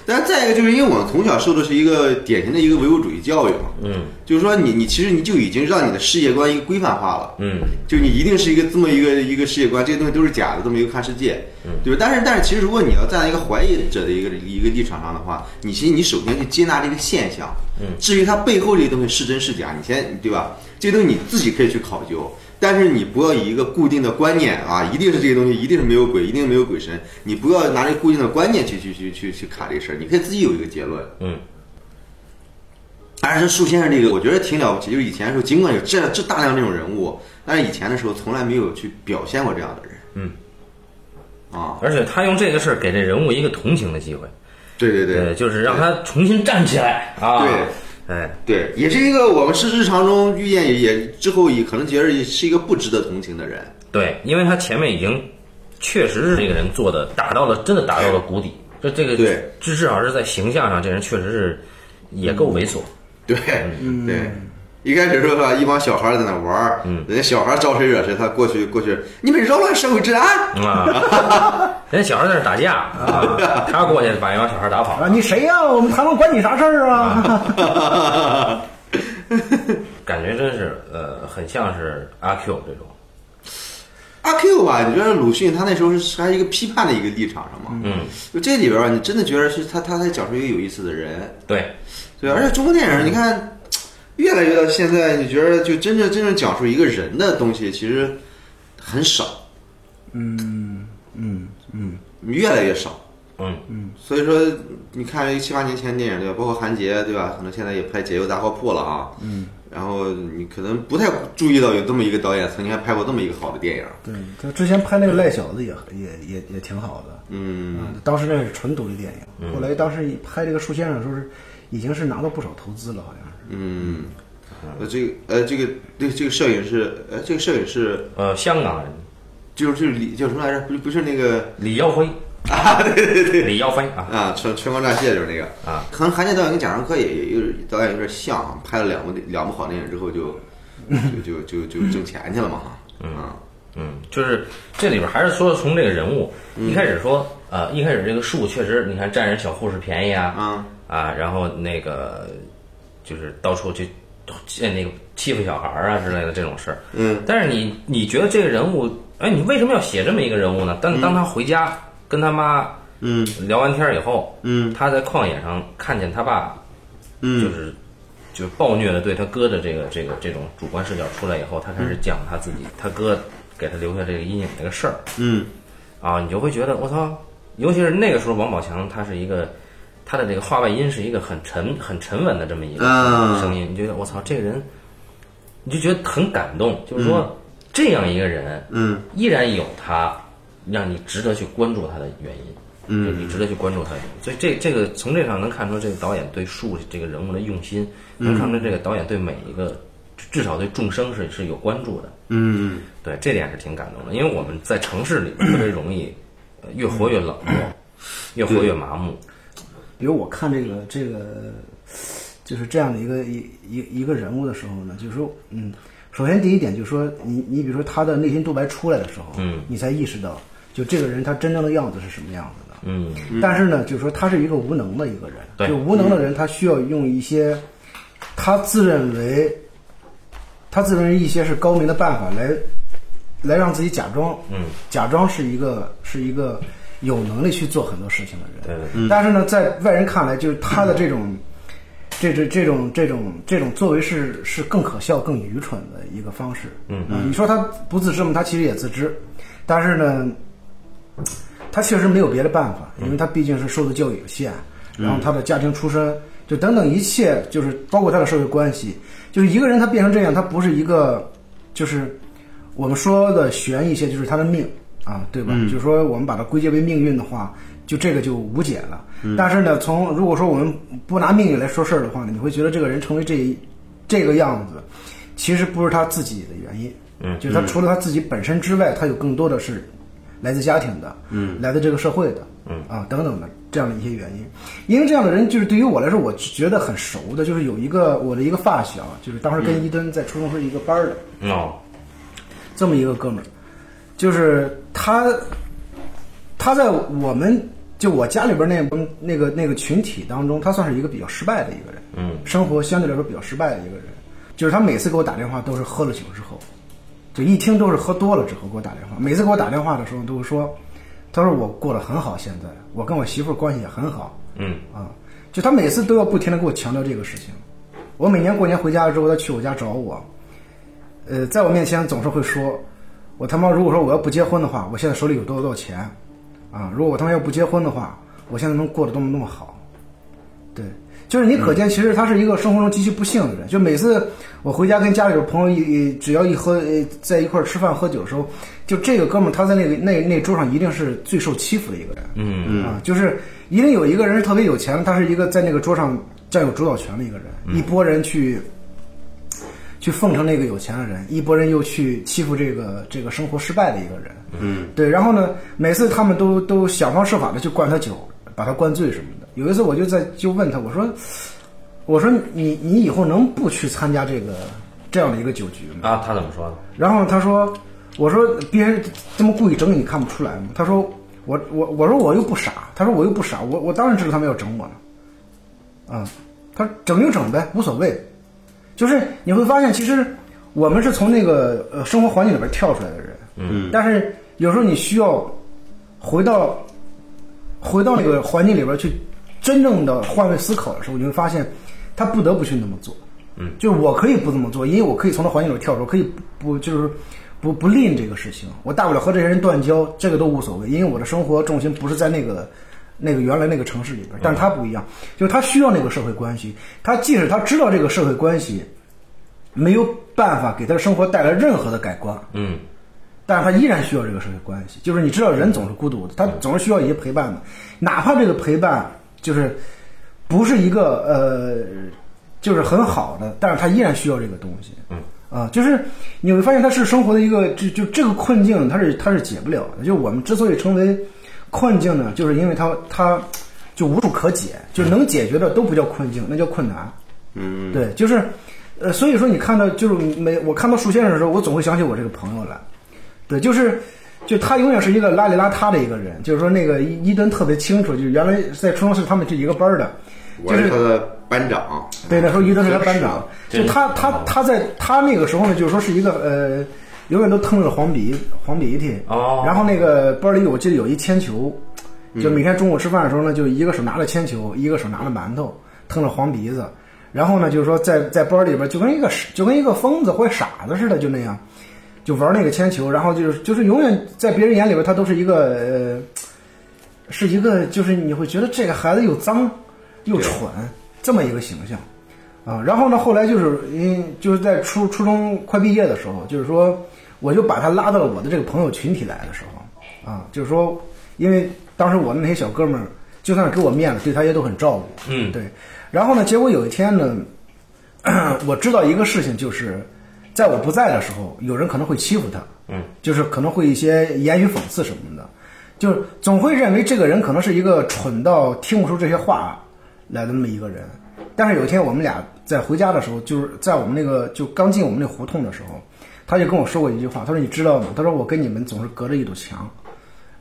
Speaker 3: 但再一个就是因为我们从小受的是一个典型的一个唯物主义教育嘛，
Speaker 1: 嗯
Speaker 3: 就是说你你其实你就已经让你的世界观一个规范化了。
Speaker 1: 嗯，
Speaker 3: 就你一定是一个这么一个一个世界观，这些东西都是假的，这么一个看世界，对吧？但是但是，其实如果你要站在一个怀疑者的一个一个立场上的话，你其实你首先去接纳这个现象，至于它背后这些东西是真是假，你先对吧？这些东西你自己可以去考究，但是你不要以一个固定的观念啊，一定是这些东西，一定是没有鬼，一定没有鬼神，你不要拿这固定的观念去去去去去卡这个事儿，你可以自己有一个结论。
Speaker 1: 嗯，
Speaker 3: 但是树先生这个，我觉得挺了不起。就是以前的时候，尽管有这这大量这种人物，但是以前的时候从来没有去表现过这样的人。
Speaker 1: 嗯，
Speaker 3: 啊，
Speaker 1: 而且他用这个事儿给这人物一个同情的机会，
Speaker 3: 对对对
Speaker 1: 呃，就是让他重新站起来啊！
Speaker 3: 对
Speaker 1: 哎，
Speaker 3: 对，也是一个我们是日常中遇见也也之后也可能觉得也是一个不值得同情的人。
Speaker 1: 对，因为他前面已经确实是这个人做的打到了，真的打到了谷底。这这个
Speaker 3: 对，
Speaker 1: 至至少是在形象上，这人确实是也够猥 琐。
Speaker 3: 对、
Speaker 1: 嗯
Speaker 3: 对，一开始说吧，啊一帮小孩儿在那玩儿，人家小孩儿招谁惹谁，他过去过去，你们扰乱社会治安。
Speaker 1: 嗯啊，人家小孩在那儿打架啊，他过去把一帮小孩打跑，
Speaker 2: 啊，你谁呀、我们谈论关你啥事儿啊？
Speaker 1: 感觉真是呃，很像是阿 Q 这种。
Speaker 3: 阿 Q 吧，你觉得鲁迅他那时候是还是一个批判的一个立场上嘛？
Speaker 1: 嗯，
Speaker 3: 就这里边儿吧，你真的觉得是他他才讲出一个有意思的人，
Speaker 1: 对，
Speaker 3: 对，而且中国电影，你看，越来越到现在，你觉得就真正真正讲述一个人的东西，其实很少，
Speaker 2: 嗯嗯，
Speaker 3: 越来越少。
Speaker 1: 嗯
Speaker 3: 所以说，你看七八年前的电影对吧？包括韩杰对吧？可能现在也拍《解忧杂货铺》了啊。嗯。然后你可能不太注意到有这么一个导演曾经还拍过这么一个好的电影。
Speaker 2: 对，他之前拍那个赖小子也也也也挺好的，
Speaker 3: 嗯，
Speaker 2: 嗯，当时那是纯独立电影，后来当时一拍这个《树先生》的时候是已经是拿到不少投资了，好像是。
Speaker 3: 嗯，呃，这个呃，这个对这个摄影是呃，这个摄影是
Speaker 1: 呃，香港人
Speaker 3: 就是就是李叫什么来着？不是不是那个
Speaker 1: 李耀辉
Speaker 3: 啊，对对对，
Speaker 1: 李耀辉啊，
Speaker 3: 啊，春春光乍泄就是那个
Speaker 1: 啊，
Speaker 3: 可能韩杰导演跟贾樟柯也也有导演有点像啊，拍了两部两部好电影之后就就就就就挣钱去了嘛哈，嗯
Speaker 1: 嗯，就是这里边还是说从这个人物
Speaker 3: 嗯
Speaker 1: 一开始说，呃，一开始这个树确实，你看占人小护士便宜啊
Speaker 3: 啊
Speaker 1: 啊，然后那个就是到处去见那个欺负小孩儿啊之类的这种事儿，
Speaker 3: 嗯，
Speaker 1: 但是你你觉得这个人物，哎，你为什么要写这么一个人物呢？但当他回家跟他妈
Speaker 3: 嗯
Speaker 1: 聊完天儿以后，
Speaker 3: 嗯
Speaker 1: 他在旷野上看见他爸就
Speaker 3: 嗯
Speaker 1: 是就是暴虐的对他哥的这个这个这种主观视角出来以后，他开始讲他自己他哥给他留下这个阴影这个事儿
Speaker 3: 嗯
Speaker 1: 啊，你就会觉得我操，尤其是那个时候王宝强他是一个他的这个话外音是一个很沉很沉稳的这么一个
Speaker 3: 嗯
Speaker 1: 声音，你觉得我操这个人，你就觉得很感动，就是说、这样一个人
Speaker 3: 嗯
Speaker 1: 依然有他让你值得去关注他的原因，嗯，你值得去关注他。所以这这个从这上能看出这个导演对树这个人物的用心，能
Speaker 3: 嗯
Speaker 1: 看出这个导演对每一个至少对众生是是有关注的。
Speaker 3: 嗯，
Speaker 1: 对，这点是挺感动的，因为我们在城市里特别容易，呃越活越冷漠，越活越麻木。
Speaker 2: 比如我看这个这个，就是这样的一个一一一个人物的时候呢，就是说，嗯，首先第一点就是说，你你比如说他的内心独白出来的时候，嗯，你才意识到，就这个人他真正的样子是什么样子的。
Speaker 1: 嗯，
Speaker 2: 但是呢，就是说他是一个无能的一个
Speaker 1: 对
Speaker 2: 人，就无能的人，他需要用一些他自认为他自认为一些是高明的办法来来让自己假装，嗯，假装是一个是一个有能力去做很多事情的人。
Speaker 1: 对对
Speaker 2: 但是呢，在外人看来，就是他的这种。这这这种这种这种作为是是更可笑、更愚蠢的一个方式。嗯嗯，你说他不自知吗？他其实也自知，但是呢，他确实没有别的办法，因为他毕竟是受的教育有限，然后他的家庭出身，就等等一切，就是包括他的社会关系，就是一个人他变成这样，他不是一个，就是我们说的悬一些，就是他的命啊，对吧？就是说我们把它归结为命运的话，就这个就无解了。但是呢，从如果说我们不拿命运来说事儿的话呢，你会觉得这个人成为这一这个样子，其实不是他自己的原因。嗯，就是他除了他自己本身之外，他有更多的是来自家庭的，嗯，来自这个社会的，嗯啊等等的这样的一些原因。因为这样的人，就是对于我来说，我觉得很熟的，就是有一个我的一个发小，就是当时跟伊敦在初中是一个班儿的，
Speaker 1: 哦，
Speaker 2: 这么一个哥们儿，就是他，他在我们就我家里边那帮那个那个群体当中，他算是一个比较失败的一个人，
Speaker 1: 嗯，
Speaker 2: 生活相对来说比较失败的一个人，就是他每次给我打电话都是喝了酒之后，就一听都是喝多了之后给我打电话，每次给我打电话的时候都会说，他说我过得很好，现在我跟我媳妇儿关系也很好，
Speaker 1: 嗯
Speaker 2: 啊，就他每次都要不停的给我强调这个事情。我每年过年回家之后，他去我家找我，呃，在我面前总是会说，我他妈如果说我要不结婚的话，我现在手里有多少多少钱，啊，如果我他妈要不结婚的话，我现在能过得多么多么好，对，就是你可见，其实他是一个生活中极其不幸的人。就每次我回家跟家里边朋友一一只要一喝，呃在一块儿吃饭喝酒的时候，就这个哥们儿他在那个那那桌上一定是最受欺负的一个人。
Speaker 1: 嗯
Speaker 2: 啊，就是一定有一个人是特别有钱的，他是一个在那个桌上占有主导权的一个人，一拨人去。去奉承那个有钱的人，一拨人又去欺负这个这个生活失败的一个人，嗯，对。然后呢，每次他们都都想方设法的去灌他酒，把他灌醉什么的。有一次我就在就问他，我说，我说你你以后能不去参加这个这样的一个酒局吗？
Speaker 1: 啊，他怎么说的？
Speaker 2: 然后他说，我说别人这么故意整你，你看不出来吗？他说我我我说我又不傻，他说我又不傻，我我当然知道他们要整我了，啊、他说整就整呗，无所谓。就是你会发现，其实我们是从那个呃生活环境里边跳出来的人，嗯，但是有时候你需要回到回到那个环境里边去，真正的换位思考的时候，你会发现他不得不去那么做。嗯，就是我可以不这么做，因为我可以从这环境里跳出，我可以不不就是不不吝这个事情，我大不了和这些人断交，这个都无所谓，因为我的生活重心不是在那个那个原来那个城市里边，但是他不一样，就是他需要那个社会关系，他即使他知道这个社会关系没有办法给他的生活带来任何的改观，
Speaker 1: 嗯
Speaker 2: 但是他依然需要这个社会关系，就是你知道人总是孤独的，他总是需要一些陪伴的，哪怕这个陪伴就是不是一个呃，就是很好的，但是他依然需要这个东西。嗯啊，就是你会发现他是生活的一个就就这个困境，他是他是解不了的。就我们之所以称为困境呢，就是因为他他就无处可解，就是能解决的都不叫困境，那叫困难。嗯，对，就是。呃，所以说你看到就是每我看到树先生的时候，我总会想起我这个朋友来，对，就是，就他永远是一个邋里邋遢的一个人，就是说那个伊伊敦特别清楚，就原来在初中是他们这一个班儿的，
Speaker 3: 我
Speaker 2: 就是是
Speaker 3: 他的班长。
Speaker 2: 对那时候伊敦是他班长，
Speaker 1: 是
Speaker 2: 就他他他在他那个时候呢，就是说是一个呃，永远都腾着黄鼻黄鼻涕，
Speaker 1: 哦嗯
Speaker 2: 然后那个班里我记得有一铅球，就每天中午吃饭的时候呢，就一个手拿着铅球，一个手拿着馒头，腾着黄鼻子，然后呢就是说在在班里边就跟一个就跟一个疯子或者傻子似的，就那样。就玩那个铅球，然后就是就是永远在别人眼里边，他都是一个呃，是一个就是你会觉得这个孩子又脏又蠢这么一个形象啊。然后呢，后来就是嗯，就是在初初中快毕业的时候，就是说我就把他拉到了我的这个朋友群体来的时候啊，就是说因为当时我那些小哥们儿，就算是给我面子，对他也都很照顾。
Speaker 1: 嗯
Speaker 2: 对。然后呢，结果有一天呢， 我知道一个事情，就是在我不在的时候，有人可能会欺负他，嗯，就是可能会一些言语讽刺什么的，就是总会认为这个人可能是一个蠢到听不出这些话来的那么一个人。但是有一天我们俩在回家的时候，就是在我们那个就刚进我们那胡同的时候，他就跟我说过一句话，他说你知道吗？他说我跟你们总是隔着一堵墙，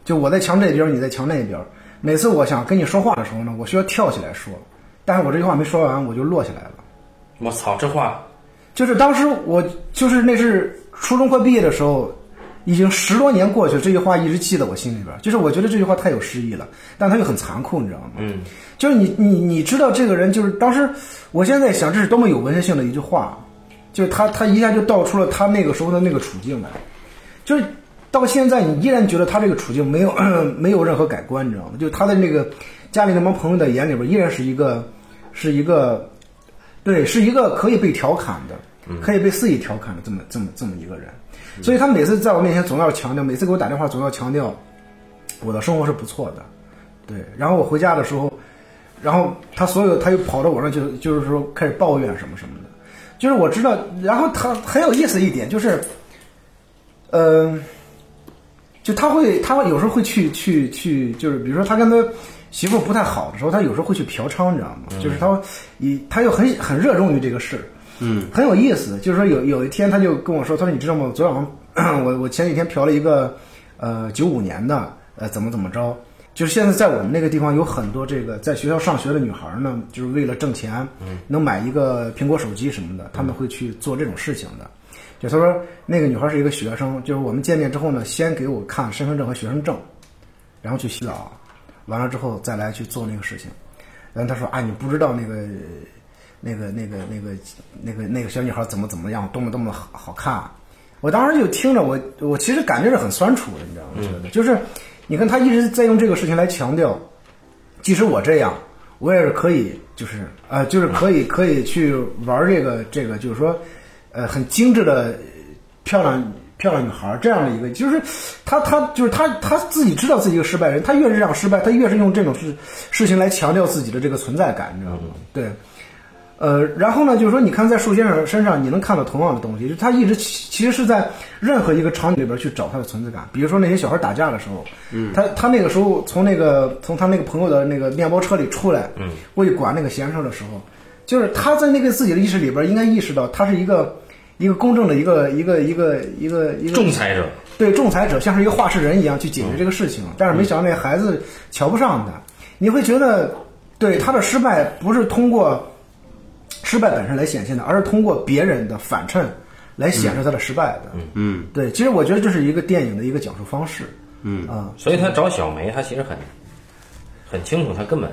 Speaker 2: 就我在墙这边，你在墙那边。每次我想跟你说话的时候呢，我需要跳起来说，但是我这句话没说完，我就落下来了。
Speaker 1: 我操，这话
Speaker 2: 就是当时我就是那是初中快毕业的时候，已经十多年过去，这句话一直记在我心里边儿。就是我觉得这句话太有诗意了，但它又很残酷，你知道吗？嗯，就是你你你知道这个人，就是当时我现在想，这是多么有文学性的一句话，啊就是他他一下就道出了他那个时候的那个处境来，就是。到现在，你依然觉得他这个处境没有 没有任何改观，你知道吗？就是他的那个家里那帮朋友的眼里边，依然是一个是一个对，是一个可以被调侃的，可以被肆意调侃的这么这么这么一个人。所以他每次在我面前总要强调，每次给我打电话总要强调我的生活是不错的，对。然后我回家的时候，然后他所有他又跑到我那儿就就是说开始抱怨什么什么的，就是我知道。然后他很有意思一点就是，嗯、就他会，他会有时候会去去去，就是比如说他跟他媳妇不太好的时候，他有时候会去嫖娼，你知道吗？就是他以他又很很热衷于这个事，嗯，很有意思。就是说有有一天他就跟我说，他说你知道吗？昨晚上我我前几天嫖了一个呃九五年的呃怎么怎么着。就是现在在我们那个地方有很多这个在学校上学的女孩呢，就是为了挣钱，能买一个苹果手机什么的，他们会去做这种事情的。就他说那个女孩是一个学生，就是我们见面之后呢，先给我看身份证和学生证，然后去洗澡，完了之后再来去做那个事情。然后他说啊，你不知道那个那个那个那个那个那个小女孩怎么怎么样，多么多么好好看。我当时就听着我，我其实感觉是很酸楚的，你知道吗？我觉得就是你看他一直在用这个事情来强调，即使我这样，我也是可以，就是啊、呃就是可以可以去玩这个这个，就是说，呃，很精致的呃漂亮漂亮女孩儿这样的一个，就是他他就是他他自己知道自己一个失败人，他越是这样失败，他越是用这种事事情来强调自己的这个存在感，你知道吗？对。呃，然后呢，就是说，你看在树先生身上，你能看到同样的东西，就是他一直其其实是在任何一个场景里边去找他的存在感。比如说那些小孩打架的时候，嗯，他他那个时候从那个从他那个朋友的那个面包车里出来，嗯，过去管那个嫌事儿的时候，就是他在那个自己的意识里边应该意识到他是一个一个公正的一个一个一个一个一个
Speaker 1: 仲裁者，
Speaker 2: 对仲裁者像是一个话事人一样去解决这个事情，但是没想到那孩子瞧不上他，你会觉得对他的失败不是通过失败本身来显现的，而是通过别人的反衬来显示他的失败的。
Speaker 3: 嗯，
Speaker 2: 对，其实我觉得这是一个电影的一个讲述方式。嗯啊、
Speaker 1: 所以他找小梅，他其实很很清楚，他根本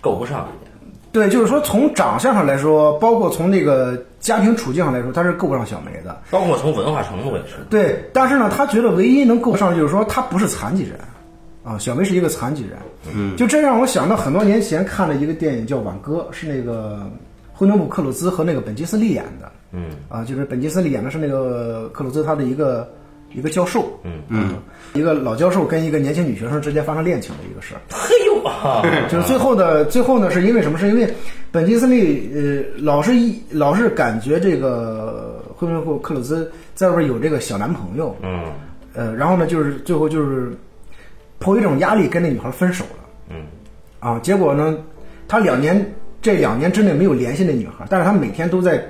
Speaker 1: 够不上人家。
Speaker 2: 对，就是说从长相上来说，包括从那个家庭处境上来说，他是够不上小梅的。
Speaker 1: 包括从文化程度也是，
Speaker 2: 对，但是呢，他觉得唯一能够上就是说他不是残疾人，啊，小梅是一个残疾人，嗯，就这让我想到很多年前看了一个电影叫《挽歌》，是那个惠农姆克鲁兹和那个本基斯利演的，嗯，啊，就是本基斯利演的是那个克鲁兹他的一个一个教授，嗯嗯，一个老教授跟一个年轻女学生之间发生恋情的一个事儿，
Speaker 1: 嘿呦啊，
Speaker 2: 就是最后的最后呢，是因为什么？是因为本基斯利呃，老是一老是感觉这个惠文霍克鲁兹在外边有这个小男朋友，
Speaker 1: 嗯
Speaker 2: 呃，然后呢，就是最后就是迫于一种压力跟那女孩分手了。
Speaker 1: 嗯，
Speaker 2: 啊，结果呢，他两年这两年之内没有联系那女孩，但是他每天都在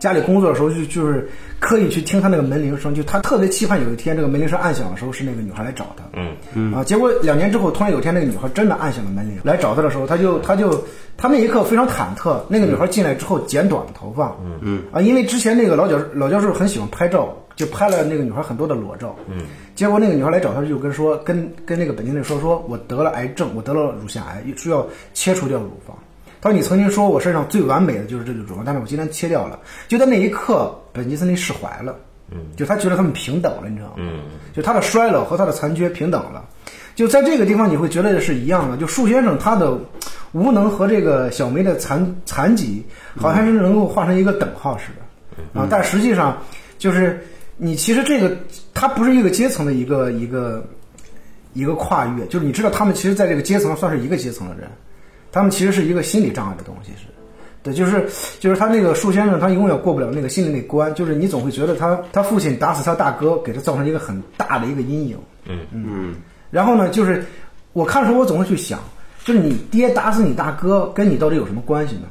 Speaker 2: 家里工作的时候就就是刻意去听她那个门铃声，就他特别期盼有一天这个门铃声按响的时候是那个女孩来找他。
Speaker 1: 嗯
Speaker 2: 嗯啊，结果两年之后，突然有一天那个女孩真的按响了门铃，来找他的时候，他就他就他那一刻非常忐忑。那个女孩进来之后剪短了头发，嗯嗯啊，因为之前那个老教老教授很喜欢拍照。就拍了那个女孩很多的裸照，嗯，结果那个女孩来找他就跟说跟跟那个本地人说说我得了癌症，我得了乳腺癌，需要切除掉乳房。他说你曾经说我身上最完美的就是这个乳房，但是我今天切掉了。就在那一刻，本杰森利释怀了，嗯，就他觉得他们平等了，你知道吗？嗯，就他的衰老和他的残缺平等了。就在这个地方，你会觉得是一样的。就树先生他的无能和这个小梅的残残疾，好像是能够画成一个等号似的啊。但实际上，就是你其实这个它不是一个阶层的一个一个一个跨越，就是你知道他们其实在这个阶层算是一个阶层的人，他们其实是一个心理障碍的东西是，对，就是就是他那个树先生，他永远过不了那个心理那关，就是你总会觉得他他父亲打死他大哥，给他造成一个很大的一个阴影，
Speaker 3: 嗯，
Speaker 2: 然后呢，就是我看的时候，我总会去想，就是你爹打死你大哥，跟你到底有什么关系呢？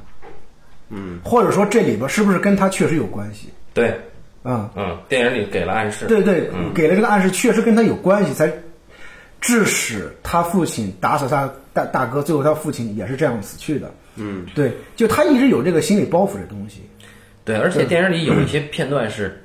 Speaker 2: 嗯，或者说这里边是不是跟他确实有关系？
Speaker 1: 对，
Speaker 2: 啊、
Speaker 1: 嗯，电影里给了暗示，
Speaker 2: 对对，给了这个暗示，确实跟他有关系，才致使他父亲打死他大大哥，最后他父亲也是这样死去的。嗯，对，就他一直有这个心理包袱的东西。
Speaker 1: 对，而且电影里有一些片段是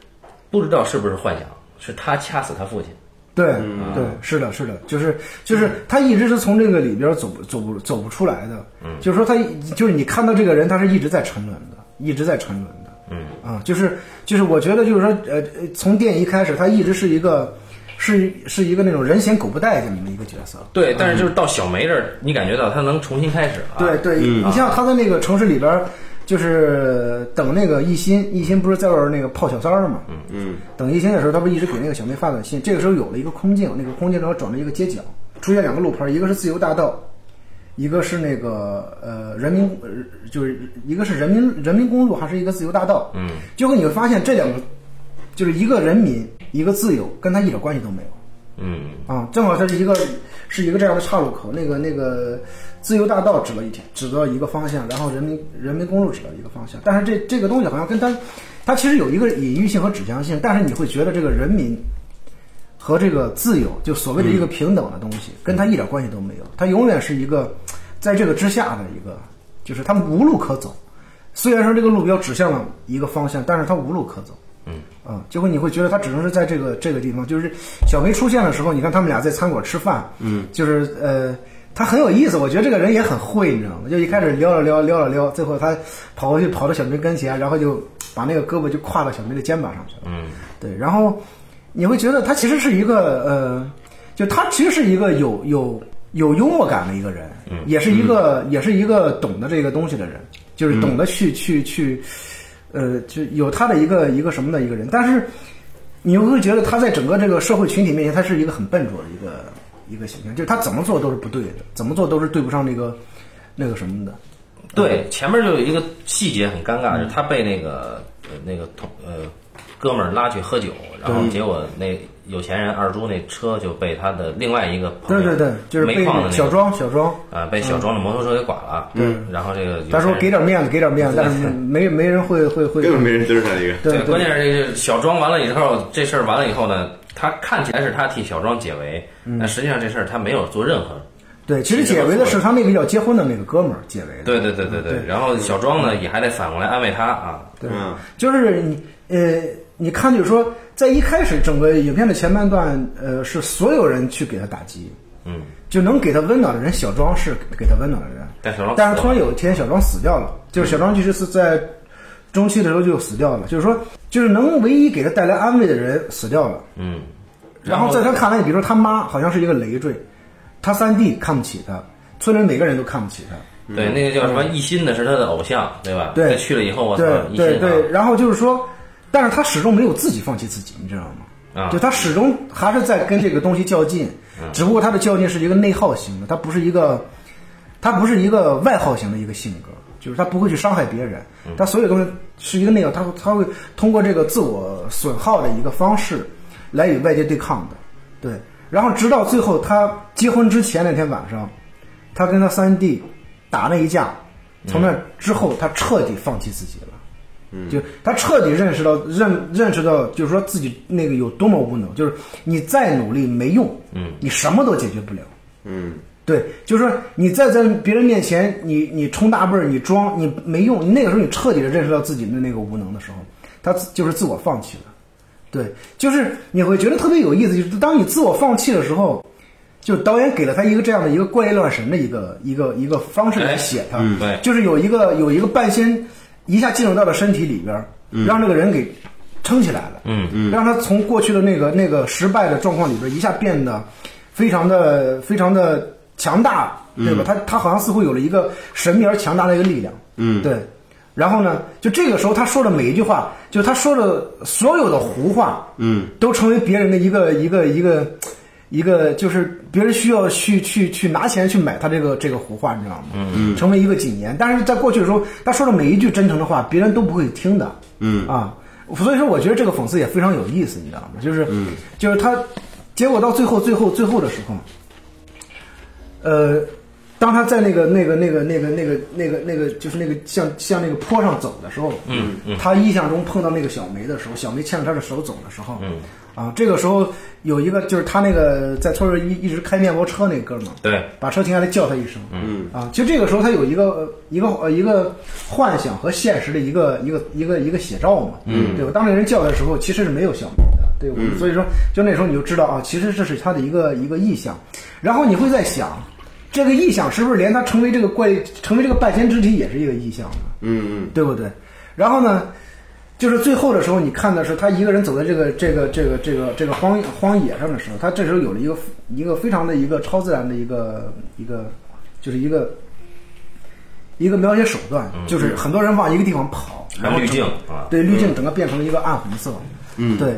Speaker 1: 不知道是不是幻想，是他掐死他父亲。
Speaker 2: 对、对，是的，是的，就是就是他一直是从这个里边走不走不走不出来的，就是说他就是你看到这个人，他是一直在沉沦的，一直在沉沦的，嗯啊，就是就是我觉得就是说呃，呃从电影一开始，他一直是一个是是一个那种人嫌狗不待见的一个角色，
Speaker 1: 对，但是就是到小梅这儿，你感觉到他能重新开始了。
Speaker 2: 对，对，你像他在那个城市里边儿，就是等那个一心，一心不是在外边儿那个泡小三儿嘛？嗯嗯。等一心的时候，他不是一直给那个小妹发短信？这个时候有了一个空镜，那个空镜正好转了一个街角，出现两个路牌儿，一个是自由大道，一个是那个呃人民，呃就是一个是人民人民公路，还是一个自由大道？嗯。结果你会发现这两个，就是一个人民，一个自由，跟他一点关系都没有。
Speaker 1: 嗯，
Speaker 2: 啊，正好它是一个是一个这样的岔路口，那个那个自由大道指了一条，指到一个方向，然后人民人民公路指到一个方向，但是这这个东西好像跟它，它其实有一个隐喻性和指向性，但是你会觉得这个人民和这个自由，就所谓的一个平等的东西，跟它一点关系都没有，它永远是一个在这个之下的一个，就是他们无路可走。虽然说这个路标指向了一个方向，但是它无路可走。啊，结果你会觉得他只能是在这个这个地方，就是小梅出现的时候，你看他们俩在餐馆吃饭，嗯，就是呃，他很有意思，我觉得这个人也很会，你知道吗？就一开始撩了撩，撩了撩，最后他跑过去跑到小梅跟前，然后就把那个胳膊就跨到小梅的肩膀上去了，嗯，对，然后你会觉得他其实是一个呃，就他其实是一个有有有幽默感的一个人，
Speaker 1: 嗯
Speaker 2: 也是一个、也是一个懂得这个东西的人，就是
Speaker 1: 嗯
Speaker 2: 懂得去、去去，呃，就有他的一个一个什么的一个人，但是你又会觉得他在整个这个社会群体面前，他是一个很笨拙的一个一个形象，就是他怎么做都是不对的，怎么做都是对不上那个那个什么的。
Speaker 1: 对，前面就有一个细节很尴
Speaker 2: 嗯
Speaker 1: 尬，就是他被那个呃那个同呃哥们儿拉去喝酒，然后结果那有钱人二猪那车就被他的另外一个朋
Speaker 2: 对
Speaker 1: 友
Speaker 2: 对对，就是
Speaker 1: 煤
Speaker 2: 被
Speaker 1: 矿的那个
Speaker 2: 小庄小庄，
Speaker 1: 啊被小庄的摩托车给剐了，嗯，然后这个有
Speaker 2: 他说
Speaker 1: 钱人
Speaker 2: 给点面子，给点面子，但是没没人会会会
Speaker 3: 根本没人嘚儿他这个。
Speaker 2: 对
Speaker 1: 关键是这个小庄完了以后，这事儿完了以后呢，他看起来是他替小庄解围，
Speaker 2: 嗯
Speaker 1: 但实际上这事儿他没有做任何。
Speaker 2: 对，其实解围的是他那个要结婚的那个哥们儿解围的。
Speaker 1: 对对对对对。然后小庄呢，也还得反过来安慰他啊。
Speaker 2: 对
Speaker 3: 嗯，
Speaker 2: 就是你呃，你看，就是说，在一开始整个影片的前半段，呃，是所有人去给他打击，
Speaker 1: 嗯，
Speaker 2: 就能给他温暖的人，小庄是给他温暖的人，
Speaker 1: 但小庄
Speaker 2: 但是突然有一天，小庄死掉了，就是小庄其实是在中期的时候就死掉了，就是说，就是能唯一给他带来安慰的人死掉了，
Speaker 1: 嗯，
Speaker 2: 然后在他看来，比如说他妈好像是一个累赘，他三弟看不起他，村里每个人都看不起他，
Speaker 1: 对那个叫什么一心的是他的偶像，对吧？
Speaker 2: 嗯对
Speaker 1: 他去了以后，我操，
Speaker 2: 对
Speaker 1: 一
Speaker 2: 对
Speaker 1: 心
Speaker 2: 对，
Speaker 1: 啊，
Speaker 2: 然后就是说，但是他始终没有自己放弃自己，你知道吗？
Speaker 1: 啊嗯
Speaker 2: 就他始终还是在跟这个东西较 劲，只不过他的较劲是一个内耗型的，他不是一个，他不是一个外耗型的一个性格，就是他不会去伤害别人，
Speaker 1: 嗯
Speaker 2: 他所有东西是一个内耗，他会他会通过这个自我损耗的一个方式来与外界对抗的，对。然后直到最后，他结婚之前那天晚上，他跟他三弟打那一架，从那之后，他彻底放弃自己了。就他彻底认识到认认识到，就是说自己那个有多么无能，就是你再努力没用，嗯，你什么都解决不了，
Speaker 3: 嗯，
Speaker 2: 对，就是说你再在别人面前你你充大辈儿，你装你没用，你那个时候你彻底的认识到自己的那个无能的时候，他自就是自我放弃了，对，就是你会觉得特别有意思，就是当你自我放弃的时候。就导演给了他一个这样的一个怪力乱神的一个一个一个方式来写他，
Speaker 1: 哎嗯对
Speaker 2: 就是有一个有一个半仙一下进入到了身体里边儿，让这个人给撑起来了，
Speaker 1: 嗯
Speaker 2: 嗯，让他从过去的那个那个失败的状况里边一下变得非常的非常的强大，对吧？他他好像似乎有了一个神秘而强大的一个力量，嗯，对。然后呢，就这个时候他说的每一句话，就他说的所有的胡话，嗯，都成为别人的一个一个一个一个就是别人需要去去去拿钱去买他这个这个胡话，你知道吗？嗯，成为一个谨言。但是在过去的时候，他说的每一句真诚的话，别人都不会听的。嗯啊，所以说我觉得这个讽刺也非常有意思，你知道吗？就是、就是他，结果到最后最后最后的时候，呃，当他在那个那个那个那个那个那个那个就是那个向向那个坡上走的时候，嗯嗯，他意象中碰到那个小梅的时候，小梅牵着他的手走的时候，嗯，啊，这个时候有一个就是他那个在村儿里一一直开面包车那哥们儿，
Speaker 1: 对，
Speaker 2: 把车停下来叫他一声，嗯啊，其实这个时候他有一个呃一个呃一个幻想和现实的一个一个一个一个写照嘛，嗯，对嗯吧？当那人叫的时候，其实是没有小明的，对吧？所以说，就那时候你就知道啊，其实这是他的一个一个意向，然后你会在想，这个意向是不是连他成为这个怪成为这个拜天之体也是一个意向呢？
Speaker 3: 嗯
Speaker 2: 对不对？然后呢，就是最后的时候，你看的是他一个人走在这个这个这个这个这个荒荒野上的时候，他这时候有了一个一个非常的一个超自然的一个一个，就是一个一个描写手段，就是很多人往一个地方跑，
Speaker 1: 还嗯有滤镜啊，
Speaker 2: 对滤镜整个变成了一个暗红色，嗯，对。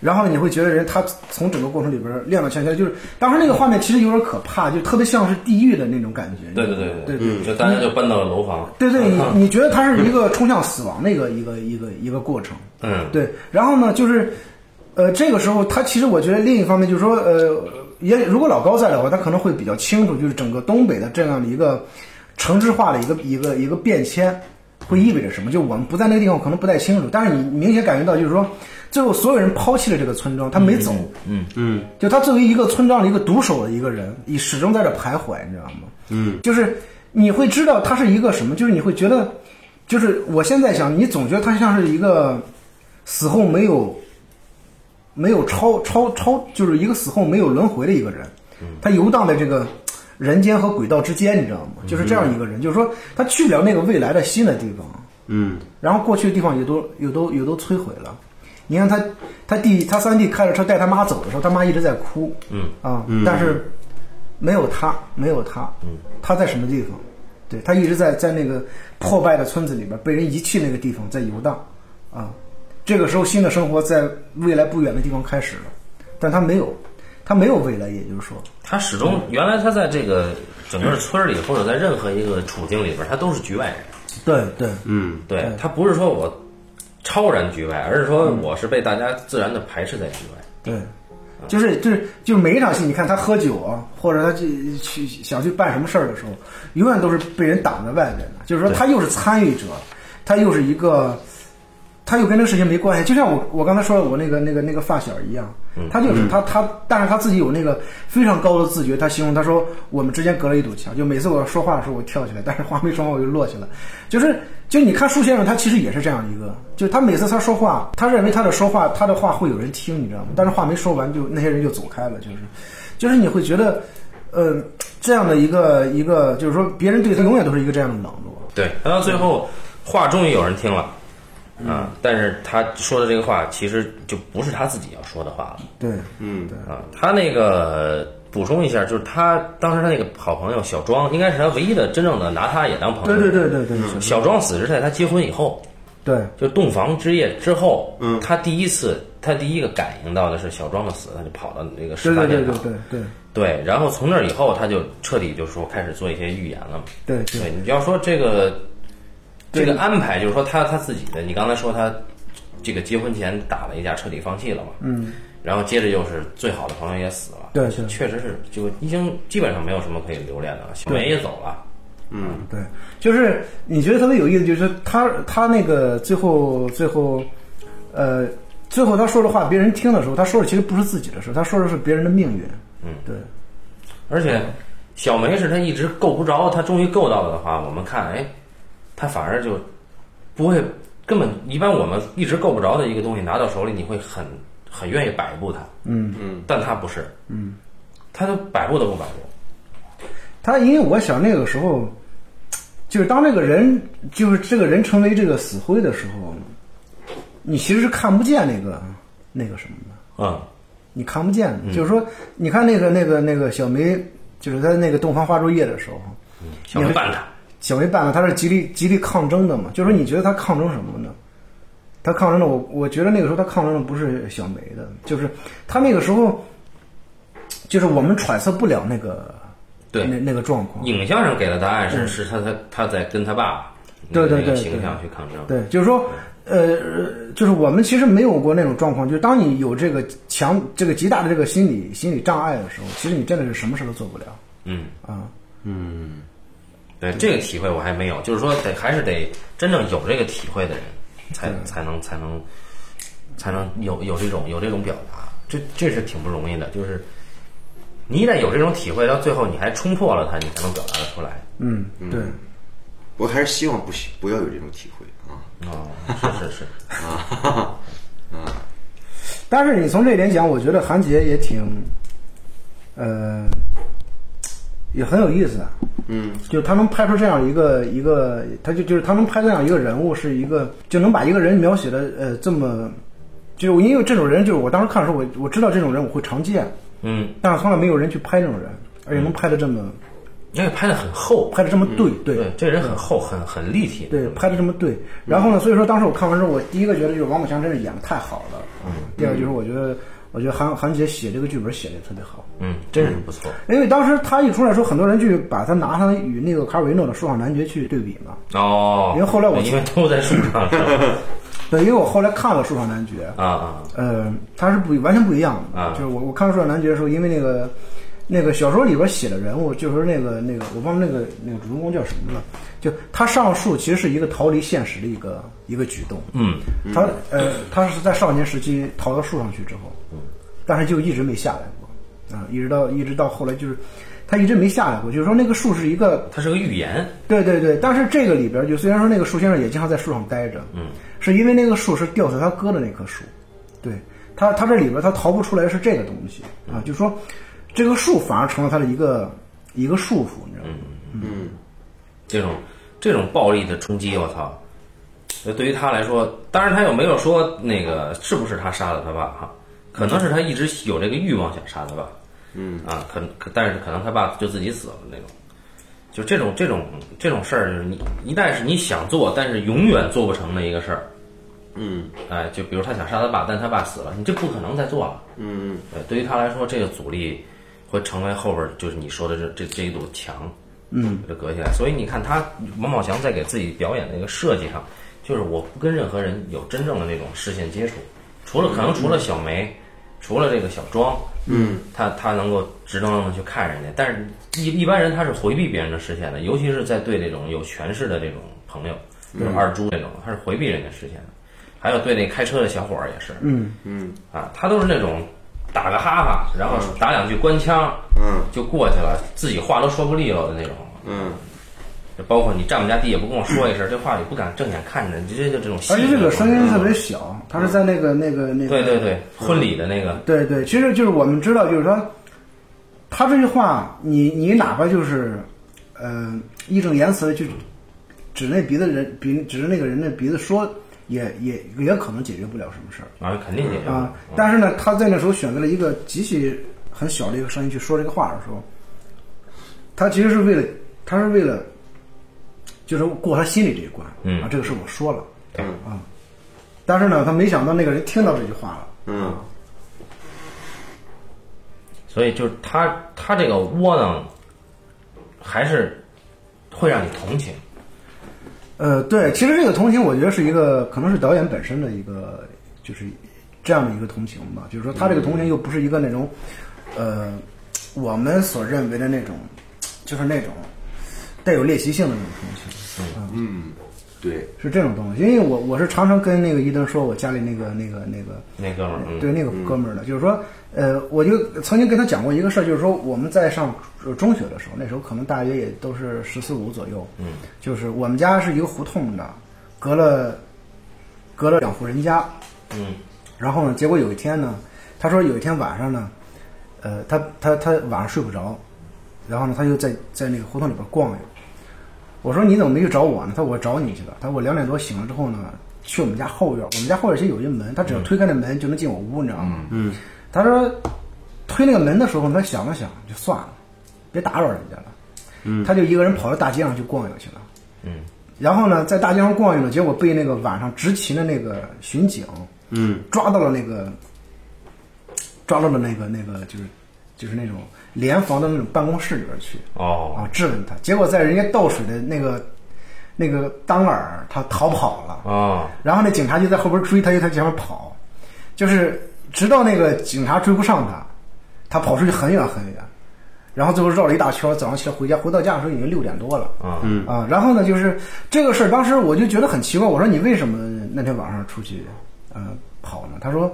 Speaker 2: 然后你会觉得人他从整个过程里边踉踉跄跄，就是当时那个画面其实有点可怕，就特别像是地狱的那种感觉。
Speaker 1: 对对对
Speaker 2: 对
Speaker 1: 对，就大家就搬到了楼房，
Speaker 2: 对对，你你觉得它是一个冲向死亡的一个一个一个一个过程，
Speaker 1: 嗯，
Speaker 2: 对。然后呢，就是，呃，这个时候他其实我觉得另一方面就是说，呃，也如果老高在的话，他可能会比较清楚，就是整个东北的这样的一个城市化的一个一个一个变迁会意味着什么。就我们不在那个地方，可能不太清楚，但是你明显感觉到就是说，最后所有人抛弃了这个村庄，他没走，
Speaker 3: 嗯
Speaker 2: 就他作为一个村庄的一个独守的一个人，你始终在这徘徊，你知道吗？
Speaker 3: 嗯，
Speaker 2: 就是你会知道他是一个什么，就是你会觉得，就是我现在想，你总觉得他像是一个死后没有没有超超超，就是一个死后没有轮回的一个人，他游荡在这个人间和轨道之间，你知道吗？就是这样一个人，就是说他去不了那个未来的新的地方，
Speaker 3: 嗯
Speaker 2: 然后过去的地方也都也都也都摧毁了。你看他他弟他三弟开着车带他妈走的时候，他妈一直在哭，
Speaker 1: 嗯
Speaker 2: 啊，但是没有他，没有他，他在什么地方？对他一直在在那个破败的村子里边被人遗弃那个地方在游荡，啊，这个时候新的生活在未来不远的地方开始了，但他没有，他没有未来，也就是说，
Speaker 1: 他始终原来他在这个整个村儿里或者在任何一个处境里边儿，他都是局外人，
Speaker 2: 对对，嗯
Speaker 3: 嗯
Speaker 1: 对他不是说我超然局外，而是说我是被大家自然的排斥在局外。
Speaker 2: 对，就是就是就是每一场戏，你看他喝酒啊，或者他去去想去办什么事儿的时候，永远都是被人挡在外边的。就是说，他又是参与者，他又是一个，他又跟这个事情没关系。就像我我刚才说的，我那个那个那个发小一样，他就是他他，但是他自己有那个非常高的自觉。他形容他说，我们之间隔了一堵墙，就每次我说话的时候我跳起来，但是话没说完我就落下了。就是就你看树先生，他其实也是这样一个，就是他每次他说话，他认为他的说话他的话会有人听，你知道吗？但是话没说完就那些人就走开了，就是就是你会觉得，呃，这样的一个一个就是说别人对他永远都是一个这样的冷落。
Speaker 1: 对他到最后话终于有人听了，
Speaker 2: 嗯
Speaker 1: 啊，但是他说的这个话其实就不是他自己要说的话了。
Speaker 2: 对，
Speaker 3: 嗯
Speaker 1: 啊，他那个补充一下，就是他当时他那个好朋友小庄，应该是他唯一的真正的拿他也当朋
Speaker 2: 对
Speaker 1: 友。
Speaker 2: 对对对对，是
Speaker 1: 小庄死是在他结婚以后，
Speaker 2: 对，
Speaker 1: 就洞房之夜之后，
Speaker 3: 嗯
Speaker 1: 他第一次，他第一个感应到的是小庄的死，他就跑到那个事
Speaker 2: 对
Speaker 1: 发
Speaker 2: 对
Speaker 1: 现
Speaker 2: 对
Speaker 1: 场
Speaker 2: 对，对对
Speaker 1: 对，然后从那以后，他就彻底就说开始做一些预言了嘛。
Speaker 2: 对对
Speaker 1: 对，你要说这个这
Speaker 2: 对
Speaker 1: 个安排，就是说他他自己的，你刚才说他这个结婚前打了一架，彻底放弃了嘛。嗯。然后接着又是最好的朋友也死了，
Speaker 2: 对对
Speaker 1: 确实是就已经基本上没有什么可以留恋的了。小梅也走了，
Speaker 3: 嗯
Speaker 2: 对，就是你觉得特别有意思，就是他他那个最后最后，呃，最后他说的话，别人听的时候，他说的其实不是自己的事，他说的是别人的命运。
Speaker 1: 嗯，
Speaker 2: 对，
Speaker 1: 而且小梅是他一直够不着，他终于够到了的话，我们看，哎，他反而就不会根本一般我们一直够不着的一个东西拿到手里，你会很很愿意摆布它，
Speaker 2: 嗯，
Speaker 3: 嗯
Speaker 1: 但他不是，嗯，他都摆布都不摆布，
Speaker 2: 他因为我想那个时候，就是当这个人就是这个人成为这个死灰的时候，你其实是看不见那个那个什么的，
Speaker 1: 嗯，
Speaker 2: 你看不见的。就是说，你看那个那个那个小梅，就是在那个洞房花烛夜的时候，
Speaker 1: 小梅办他，
Speaker 2: 小梅办了，他是极力极力抗争的嘛。就是说，你觉得他抗争什么呢？他抗争的，我我觉得那个时候他抗争的不是小梅的，就是他那个时候，就是我们揣测不了那个
Speaker 1: 对
Speaker 2: 那那个状况。
Speaker 1: 影像上给的答案是是他他他在跟他爸
Speaker 2: 对对
Speaker 1: 那个
Speaker 2: 对
Speaker 1: 形
Speaker 2: 对
Speaker 1: 象去抗争，
Speaker 2: 对，就是说，呃，就是我们其实没有过那种状况，就是当你有这个强、这个极大的这个心理心理障碍的时候，其实你真的是什么事都做不了。
Speaker 1: 嗯
Speaker 2: 啊，
Speaker 1: 对这个体会我还没有，就是说得还是得真正有这个体会的人，才
Speaker 2: 嗯
Speaker 1: 才能才能才能有有这种有这种表达，这这是挺不容易的。就是你一旦有这种体会，到最后你还冲破了它，你才能表达得出来。
Speaker 2: 嗯，对，
Speaker 3: 我还是希望不行，不要有这种体会啊。
Speaker 1: 哦，是是是，
Speaker 2: 但是你从这一点讲，我觉得韩杰也挺，呃，也很有意思啊。
Speaker 3: 嗯，
Speaker 2: 就是他能拍出这样一个一个，他就就是他能拍这样一个人物，是一个就能把一个人描写的呃这么，就是因为这种人，就是我当时看的时候，我我知道这种人我会常见，
Speaker 1: 嗯，
Speaker 2: 但是从来没有人去拍这种人，而且能拍的这么、
Speaker 1: 因为拍的很厚，
Speaker 2: 拍的这么对，
Speaker 1: 嗯
Speaker 2: 对
Speaker 1: 对，这人很厚，很很立体，
Speaker 2: 对，拍的这么对。然后呢，所以说当时我看完之后，我第一个觉得就是王宝强真是演的太好了，嗯。第二个就是我觉得，我觉得韩韩杰写这个剧本写的也特别好，
Speaker 1: 嗯，真是不错。
Speaker 2: 因为当时他一出来的时候，很多人去把他拿他与那个卡尔维诺的《说谎男爵》去对比嘛。
Speaker 1: 哦，
Speaker 2: 因为后来我
Speaker 1: 因为都在树 上
Speaker 2: 对，因为我后来看了《说谎男爵》，
Speaker 1: 啊啊，
Speaker 2: 呃，他是不完全不一样的。
Speaker 1: 啊
Speaker 2: 就是我我看《说谎男爵》的时候，因为那个那个小说里边写的人物，就是那个那个我忘了那个那个主人公叫什么了，就他上树其实是一个逃离现实的一个一个举动。
Speaker 1: 嗯，
Speaker 2: 他呃，他是在少年时期逃到树上去之后，
Speaker 1: 嗯
Speaker 2: 但是就一直没下来过啊，一直到一直到后来就是他一直没下来过，就是说那个树是一个
Speaker 1: 它是个预言，
Speaker 2: 对对对，但是这个里边儿就虽然说那个树先生也经常在树上待着，嗯，是因为那个树是吊死他哥的那棵树，对他他这里边儿他逃不出来是这个东西
Speaker 1: 嗯
Speaker 2: 啊，就说这个树反而成了他的一个一个束缚，你知道吗？
Speaker 1: 嗯这种这种暴力的冲击，我操！那对于他来说，当然他又没有说那个是不是他杀的他爸哈，可能是他一直有这个欲望想杀他爸，嗯啊，可可但是可能他爸就自己死了那种，就这种这种这种事儿，就是你一旦是你想做，但是永远做不成的一个事儿，
Speaker 3: 嗯
Speaker 1: 哎，就比如他想杀他爸，但他爸死了，你这不可能再做了，
Speaker 3: 嗯
Speaker 1: 呃，对于他来说，这个阻力会成为后边儿就是你说的这这这一堵墙，嗯，这隔起来。所以你看他王宝强在给自己表演的一个设计上，就是我不跟任何人有真正的那种视线接触，除了可能除了小梅，除了这个小庄，
Speaker 3: 嗯，
Speaker 1: 他他能够直愣愣的去看人家，但是一一般人他是回避别人的视线的，尤其是在对这种有权势的这种朋友，就是二猪这种，他是回避人家视线的。还有对那开车的小伙儿也是，
Speaker 2: 嗯
Speaker 3: 嗯
Speaker 1: 啊，他都是那种打个哈哈，然后打两句官腔
Speaker 3: 嗯
Speaker 1: 就过去了，自己话都说不利落的那种。
Speaker 3: 嗯，
Speaker 1: 就包括你占我们家地也不跟我说一声，这话也不敢正眼看着，你这就这种戏。
Speaker 2: 而且这个声音特别小，他是在那个那个那个
Speaker 1: 嗯对对对，婚礼的那个，
Speaker 2: 对对，其实就是我们知道，就是说，他这句话，你你哪怕就是，呃，义正言辞的去指那鼻子人鼻指着那个人的鼻子说，也也也可能解决不了什么事儿
Speaker 1: 啊，肯定解决不
Speaker 2: 啊
Speaker 1: 了。。
Speaker 2: 但是呢，他在那时候选择了一个极其很小的一个声音去说这个话的时候，他其实是为了，他是为了，就是过他心里这一关。
Speaker 1: 嗯
Speaker 2: 啊，这个事我说了。
Speaker 1: 对
Speaker 2: 啊，但是呢，他没想到那个人听到这句话了。
Speaker 3: 嗯
Speaker 1: 所以就是他他这个窝囊，还是会让你同情。
Speaker 2: 呃，对，其实这个同情，我觉得是一个，可能是导演本身的一个，就是这样的一个同情吧。就是说，他这个同情又不是一个那种，呃，我们所认为的那种，就是那种带有猎奇性的那种同情，
Speaker 3: 嗯， 对，
Speaker 2: 是这种东西。因为我我是常常跟那个伊登说，我家里那个那个那个
Speaker 1: 那哥们儿，嗯，
Speaker 2: 对那个哥们儿的，就是说，呃，我就曾经跟他讲过一个事儿，就是说我们在上呃中学的时候，那时候可能大约也都是十四五左右，嗯，就是我们家是一个胡同的，隔了隔了两户人家，
Speaker 1: 嗯
Speaker 2: 然后呢，结果有一天呢，他说有一天晚上呢，呃，他他他晚上睡不着，然后呢，他就在在那个胡同里边逛悠。我说你怎么没去找我呢？他说我找你去了。他说我两点多醒了之后呢，去我们家后院，我们家后院其实有一门，他只要推开那门就能进我屋，你知道吗？嗯。他说推那个门的时候呢，他想了想，就算了，别打扰人家了。嗯。他就一个人跑到大街上去逛悠去了。
Speaker 1: 嗯，
Speaker 2: 然后呢，在大街上逛悠呢，结果被那个晚上执勤的那个巡警，
Speaker 3: 嗯
Speaker 2: 抓到了那个，抓到了那个那个就是就是那种联防的那种办公室里边去
Speaker 1: 哦，
Speaker 2: 啊质问他，结果在人家倒水的那个那个当儿，他逃跑了。
Speaker 1: 啊，
Speaker 2: 然后那警察就在后边追他，就在前面跑，就是直到那个警察追不上他，他跑出去很远很远，然后最后绕了一大圈，早上起来回家，回到家的时候已经六点多了。
Speaker 1: 啊
Speaker 2: 嗯啊，然后呢，就是这个事儿，当时我就觉得很奇怪，我说你为什么那天晚上出去，呃，跑呢？他说，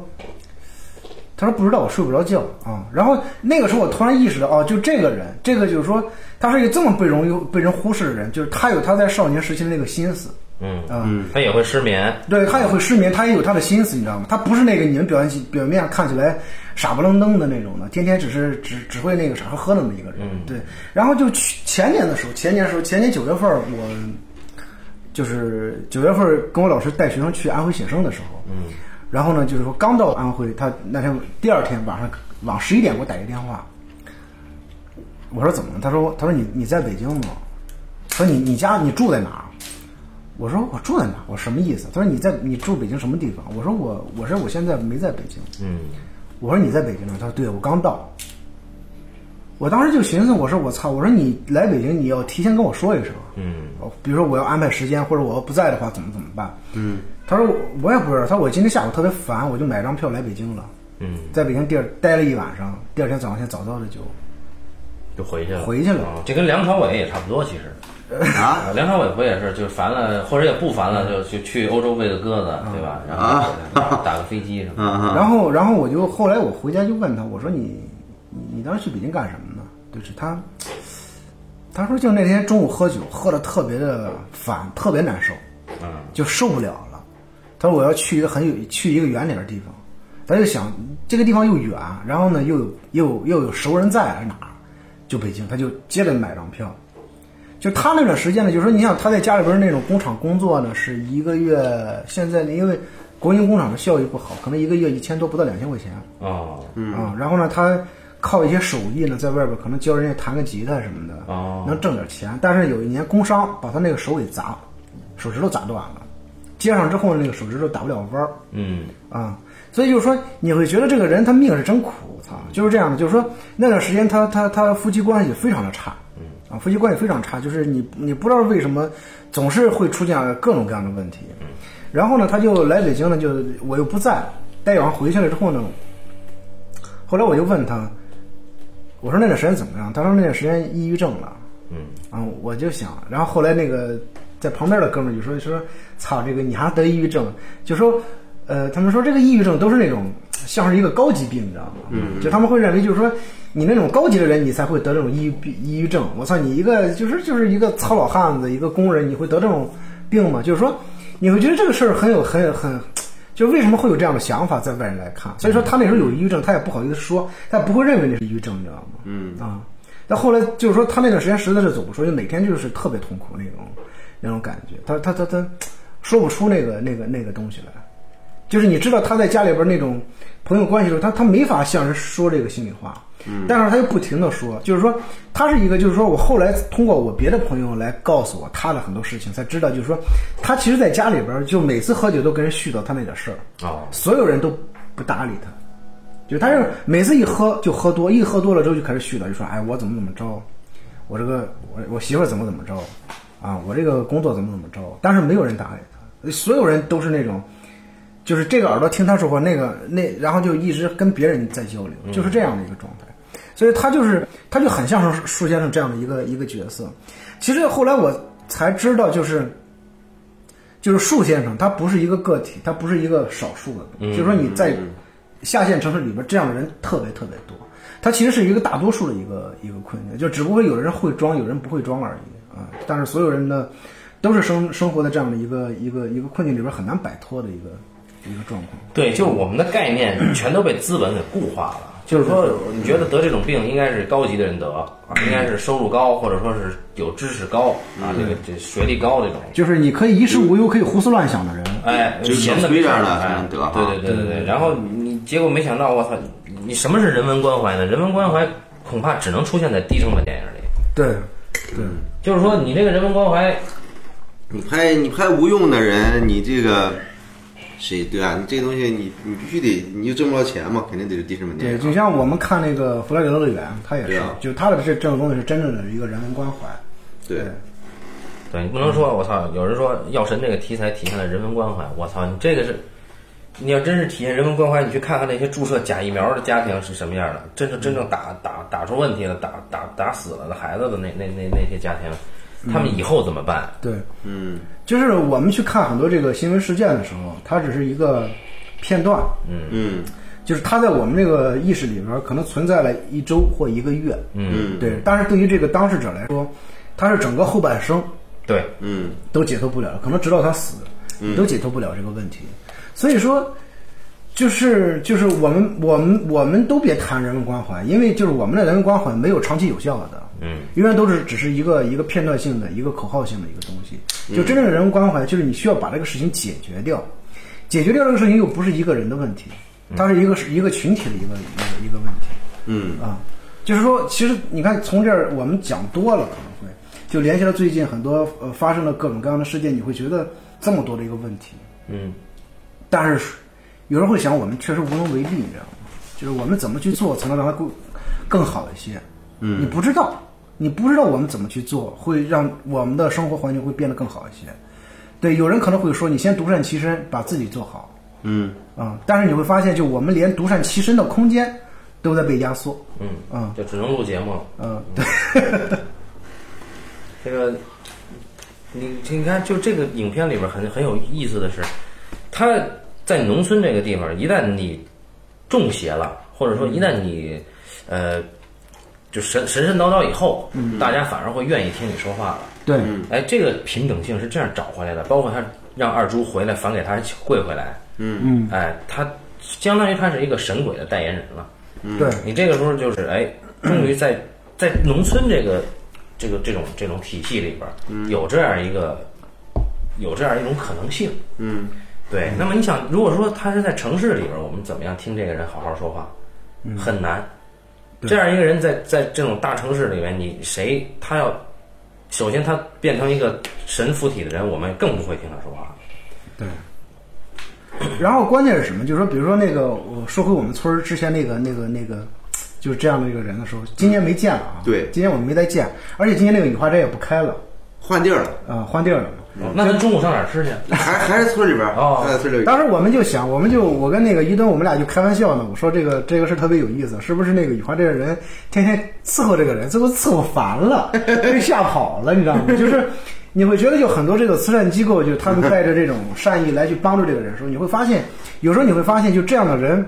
Speaker 2: 他说不知道，我睡不着觉啊。然后那个时候我突然意识到，哦，就这个人，这个就是说他是一个这么被容易被人忽视的人，就是他有他在少年时期的那个心思，
Speaker 1: 嗯
Speaker 2: 啊，
Speaker 1: 他也会失眠，
Speaker 2: 对他也会失眠，他也有他的心思，你知道吗？他不是那个你们表现表面上看起来傻不愣登的那种的，天天只是只只会那个傻呵呵那么一个人。对，然后就去前年的时候，前年的时候，前年九月份儿我就是九月份儿跟我老师带学生去安徽写生的时候，嗯，然后呢，就是说刚到安徽，他那天第二天晚上往十一点给我打一电话，我说怎么了？他说他说你你在北京吗？他说你你家你住在哪儿？我说我住在哪儿？我什么意思？他说你在你住北京什么地方？我说我我说我现在没在北京。
Speaker 1: 嗯，
Speaker 2: 我说你在北京呢？他说对，我刚到。我当时就寻思，我说我操，我说你来北京你要提前跟我说一声，
Speaker 1: 嗯，
Speaker 2: 比如说我要安排时间，或者我要不在的话怎么怎么办？嗯，他说我我也不知道，他说我今天下午特别烦，我就买张票来北京了，
Speaker 1: 嗯，
Speaker 2: 在北京第二待了一晚上，第二天早上先早早的就
Speaker 1: 就回去了，
Speaker 2: 回去了
Speaker 1: 啊这跟梁朝伟也差不多，其实。
Speaker 3: 啊，
Speaker 1: 啊，梁朝伟不也是，就是烦了，或者也不烦了，
Speaker 2: 嗯
Speaker 1: 就去去欧洲喂个鸽子，对
Speaker 2: 啊
Speaker 1: 吧？然后打打个飞机什么的。
Speaker 2: 然后，然后我就后来我回家就问他，我说你你你当时去北京干什么呢？就是他，他说就那天中午喝酒，喝的特别的烦，特别难受，
Speaker 1: 嗯，
Speaker 2: 就受不了了。他说我要去一个很有去一个远点的地方，他就想这个地方又远，然后呢又有又有又有熟人在哪儿，就北京，他就接着买张票。就他那段时间呢，就是说你想他在家里边那种工厂工作呢，是一个月现在呢，因为国营工厂的效益不好，可能一个月一千多不到两千块钱
Speaker 1: 哦，
Speaker 2: 啊、然后呢，他靠一些手艺呢，在外边可能教人家弹个吉他什么的，
Speaker 1: 哦
Speaker 2: 能挣点钱。但是有一年工伤把他那个手给砸，手指头砸断了，接上之后那个手指头打不了弯儿，
Speaker 1: 嗯，
Speaker 2: 啊，所以就是说，你会觉得这个人他命是真苦，操，就是这样的。就是说那段时间他他他夫妻关系非常的差，嗯，啊，夫妻关系非常差，就是你你不知道为什么总是会出现各种各样的问题。然后呢，他就来北京了，就我又不在，待一晚上回去了之后呢，后来我就问他，我说那段时间怎么样？他说那段时间抑郁症了。
Speaker 1: 嗯，
Speaker 2: 啊，我就想，然后后来那个在旁边的哥们儿就说说，操，这个你还得抑郁症？就说，呃，他们说这个抑郁症都是那种像是一个高级病，你知道吗？嗯，就他们会认为就是说，你那种高级的人，你才会得这种抑郁病抑郁症。我操，你一个就是就是一个糙老汉子，一个工人，你会得这种病吗？就是说，你会觉得这个事儿很有很有很。就为什么会有这样的想法，在外人来看，所以说他那时候有抑郁症，他也不好意思说，他也不会认为那是抑郁症，你知道吗？嗯啊，但后来就是说他那段时间实在是走不出，就每天就是特别痛苦那种那种感觉，他他他他说不出那个那个那个东西来，就是你知道他在家里边那种朋友关系的时候，他他没法向人说这个心里话，嗯，但是他又不停的说，就是说他是一个，就是说我后来通过我别的朋友来告诉我他的很多事情，才知道就是说他其实在家里边就每次喝酒都跟人絮叨他那点事儿，
Speaker 1: 哦，
Speaker 2: 所有人都不搭理他，就他是每次一喝就喝多，一喝多了之后就开始絮叨，就说哎我怎么怎么着，我这个我我媳妇儿怎么怎么着，啊我这个工作怎么怎么着，但是没有人搭理他，所有人都是那种，就是这个耳朵听他说话，那个那然后就一直跟别人在交流，就是这样的一个状态。所以他就是他就很像是舒先生这样的一个一个角色。其实后来我才知道，就是就是树先生，他不是一个个体，他不是一个少数的，就是说你
Speaker 3: 嗯
Speaker 2: 在下县城市里边这样的人特别特别多，他其实是一个大多数的一个一个困境，就只不过有人会装，有人不会装而已啊。但是所有人呢，都是生生活在这样的一个一个一个困境里边很难摆脱的一个一个状况。
Speaker 1: 对，就是我们的概念全都被资本给固化了。就是说，你觉得得这种病应该是高级的人得，啊应该是收入高，或者说是有知识高啊，这个这学历高这种。
Speaker 2: 就是你可以衣食无忧，可以胡思乱想的人，
Speaker 1: 哎，
Speaker 3: 只有
Speaker 1: 闲的
Speaker 3: 吹这儿
Speaker 1: 了
Speaker 3: 了才能得啊哈
Speaker 1: 哎对对对对对。然后你结果没想到，我操，你你什么是人文关怀呢？人文关怀恐怕只能出现在低成本电影里。
Speaker 2: 对，对。
Speaker 1: 就是说，你这个人文关怀，
Speaker 3: 你拍你拍无用的人，你这个谁对啊？你这东西你你必须得，你就挣不着钱嘛，肯定得是地势门
Speaker 2: 对，
Speaker 3: 店。
Speaker 2: 就像我们看那个《弗莱德乐园》，他也
Speaker 3: 对
Speaker 2: 是
Speaker 3: 啊，
Speaker 2: 就他的这这种东西是真正的一个人文关怀。
Speaker 3: 对，
Speaker 1: 对你不能说我操，有人说《药神》这个题材体现了人文关怀，我操，你这个是，你要真是体现人文关怀，你去看看那些注射假疫苗的家庭是什么样的，真正真正打打打出问题了，打打打死了的孩子的那那那那些家庭，他们以后怎么办？
Speaker 2: 对，
Speaker 3: 嗯，
Speaker 2: 就是我们去看很多这个新闻事件的时候，它只是一个片段，
Speaker 3: 嗯
Speaker 2: 就是它在我们这个意识里边儿可能存在了一周或一个月，
Speaker 3: 嗯
Speaker 2: 对。但是对于这个当事者来说，他是整个后半生
Speaker 1: 对，
Speaker 3: 嗯
Speaker 2: 都解脱不了，可能直到他死，都解脱不了这个问题。所以说，就是就是我们我们我们都别谈人文关怀，因为就是我们的人文关怀没有长期有效的，嗯，永远都是只是一个一个片段性的一个口号性的一个东西。就真正的人文关怀，就是你需要把这个事情解决掉，解决掉这个事情又不是一个人的问题，它是一个是一个群体的一个一个一个问题。
Speaker 3: 嗯
Speaker 2: 啊，就是说，其实你看，从这儿我们讲多了，可能会就联系到最近很多呃发生了各种各样的事件，你会觉得这么多的一个问题，
Speaker 1: 嗯，
Speaker 2: 但是有人会想，我们确实无能为力，你知道吗？就是我们怎么去做才能让它更更好一些？嗯，你不知道，你不知道我们怎么去做，会让我们的生活环境会变得更好一些。对，有人可能会说，你先独善其身，把自己做好
Speaker 3: 嗯
Speaker 2: 啊、但是你会发现，就我们连独善其身的空间都在被压缩。
Speaker 1: 嗯
Speaker 2: 嗯，
Speaker 1: 就只能录节目了。
Speaker 2: 嗯，
Speaker 1: 这个，你你看，就这个影片里边很很有意思的是，他在农村这个地方，一旦你中邪了，或者说一旦你呃就神神神叨叨以后，大家反而会愿意听你说话了。
Speaker 2: 对，
Speaker 1: 哎，这个平等性是这样找回来的，包括他让二猪回来反给他跪回来，嗯嗯，哎，他相当于他是一个神鬼的代言人了。
Speaker 2: 对，
Speaker 1: 你这个时候就是哎，终于在在农村这个这个这种这种体系里边儿，
Speaker 3: 嗯
Speaker 1: 有这样一个有这样一种可能性。
Speaker 3: 嗯
Speaker 1: 对，那么你想，如果说他是在城市里边儿，我们怎么样听这个人好好说话，
Speaker 3: 嗯
Speaker 1: 很难。这样一个人在在这种大城市里面，你谁他要首先他变成一个神附体的人，我们更不会听他说话。
Speaker 2: 对。然后关键是什么？就是说，比如说那个，我说回我们村儿之前那个、那个、那个，就是这样的一个人的时候，今年没见了啊。
Speaker 3: 对
Speaker 2: 今年我们没再见，而且今年那个雨花斋也不开了，
Speaker 3: 换地儿了，
Speaker 2: 呃，换地儿了嘛。
Speaker 3: 嗯
Speaker 1: 那咱中午上哪儿吃去？
Speaker 3: 还还是村里边儿，
Speaker 1: 哦
Speaker 3: 还在村里边儿。
Speaker 2: 当时我们就想，我们就我跟那个一吨，我们俩就开玩笑呢。我说这个这个事儿特别有意思，是不是那个雨花这个人天天伺候这个人，最后伺候烦了，被吓跑了，你知道吗？就是你会觉得有很多这个慈善机构，就是他们带着这种善意来去帮助这个人的时候，你会发现，有时候你会发现，就这样的人，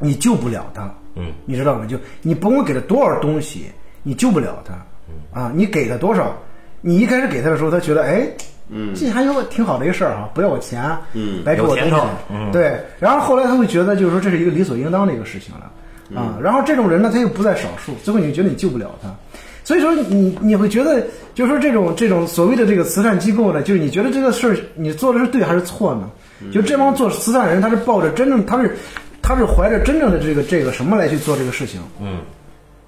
Speaker 2: 你救不了他，
Speaker 1: 嗯，
Speaker 2: 你知道吗？就你甭管给他多少东西，你救不了他，
Speaker 1: 嗯
Speaker 2: 啊，你给他多少，你一开始给他的时候，他觉得哎。嗯，这还有挺好的一个事儿啊，不要我钱，
Speaker 3: 嗯
Speaker 2: 来给我
Speaker 1: 有甜
Speaker 2: 东西啊
Speaker 1: 头嗯
Speaker 2: 对，然后后来他会觉得，就是说这是一个理所应当的一个事情了
Speaker 1: 嗯
Speaker 2: 啊。然后这种人呢，他又不在少数，最后你就觉得你救不了他，所以说你你会觉得，就是说这种这种所谓的这个慈善机构呢，就是你觉得这个事儿你做的是对还是错呢？
Speaker 1: 嗯
Speaker 2: 就这帮做慈善人，他是抱着真正他是他是怀着真正的这个这个什么来去做这个事情，
Speaker 1: 嗯，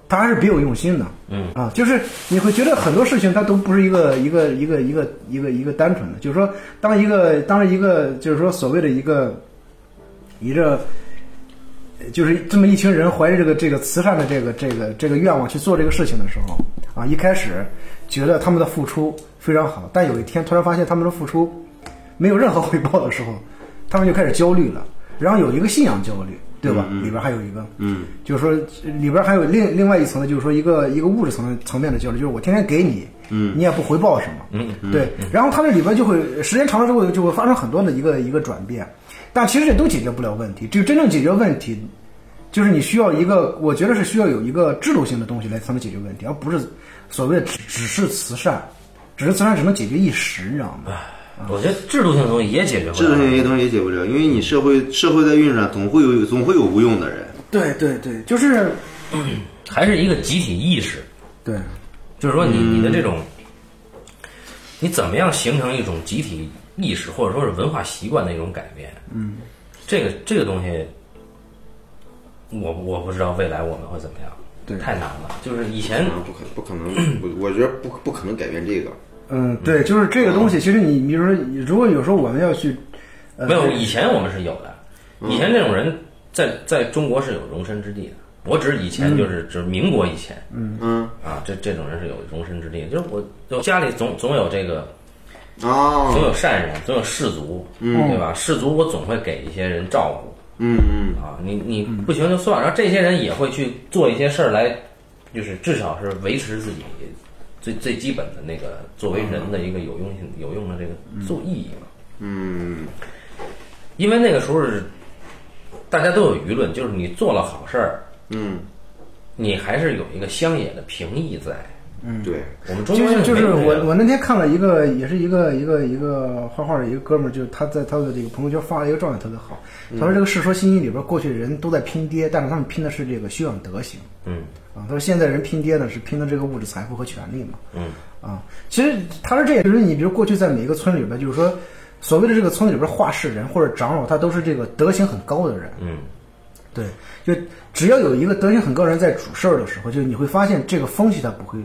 Speaker 2: 他还是别有用心的。嗯啊，就是你会觉得很多事情它都不是一个一个一个一个一个一个单纯的，就是说，当一个当一个就是说所谓的一个一个。呃就是这么一群人怀着这个这个慈善的这个这个这个愿望去做这个事情的时候，啊，一开始觉得他们的付出非常好，但有一天突然发现他们的付出没有任何回报的时候，他们就开始焦虑了，然后有一个信仰焦虑，对吧？里边还有一个，嗯，就是说里边还有另另外一层的，就是说一个一个物质层面层面的焦虑，就是我天天给你，嗯，你也不回报什么，嗯，对，然后他这里边就会时间长了之后就会发生很多的一个一个转变，但其实这都解决不了问题，只有真正解决问题。就是你需要一个，我觉得是需要有一个制度性的东西来才能解决问题，而不是所谓的只只是慈善，只是慈善只能解决一时，你知道吗？
Speaker 1: 我觉得制度性的东西也解决不
Speaker 3: 嗯制度性
Speaker 1: 了。
Speaker 3: 一些东西也解不了，因为你社会社会在运转，总会有总会有无用的人。
Speaker 2: 对对对，就是
Speaker 1: 还是一个集体意识。
Speaker 2: 对
Speaker 1: 就是说你你的这种，你怎么样形成一种集体意识或者说是文化习惯的一种改变？嗯，这个这个东西，我我不知道未来我们会怎么样，
Speaker 2: 对
Speaker 1: 太难了。就是以前
Speaker 3: 啊，不可不可能，不我觉得不不可能改变这个。
Speaker 2: 嗯嗯，对，就是这个东西。其实你，比如说，如果有时候我们要去，呃
Speaker 1: 没有，以前我们是有的，以前这种人在在中国是有容身之地的。我指以前就是指民国以前，
Speaker 3: 嗯
Speaker 1: 啊，这这种人是有容身之地的，就是我就家里总总有这个，总
Speaker 2: 嗯
Speaker 3: 哦，
Speaker 1: 有善人，总有士族，对吧？士族我总会给一些人照顾
Speaker 3: 嗯嗯
Speaker 1: 啊，你你不行就算了，然后这些人也会去做一些事儿来，就是至少是维持自己最最基本的那个作为人的一个有用性有用的这个做意义嘛。
Speaker 3: 嗯
Speaker 1: 因为那个时候是大家都有舆论，就是你做了好事儿，
Speaker 3: 嗯，
Speaker 1: 你还是有一个乡野的评议在。
Speaker 3: 嗯对，
Speaker 1: 我们中
Speaker 2: 就
Speaker 1: 国
Speaker 2: 是就是
Speaker 1: 没有这
Speaker 2: 我
Speaker 1: 个
Speaker 2: 我那天看了一个，也是一个一个一个画画的一个哥们儿，就是他在他的这个朋友圈发了一个状态特别好，他说这个《世说新语》里边过去人都在拼爹，但是他们拼的是这个修养德行
Speaker 1: 嗯
Speaker 2: 啊。他说现在人拼爹呢是拼的这个物质财富和权利嘛
Speaker 1: 嗯
Speaker 2: 啊。其实他说这也就是你比如过去在每一个村里边，就是说所谓的这个村里边画事人或者长老，他都是这个德行很高的人，
Speaker 1: 嗯
Speaker 2: 对，就只要有一个德行很高的人在主事儿的时候，就你会发现这个风气它不会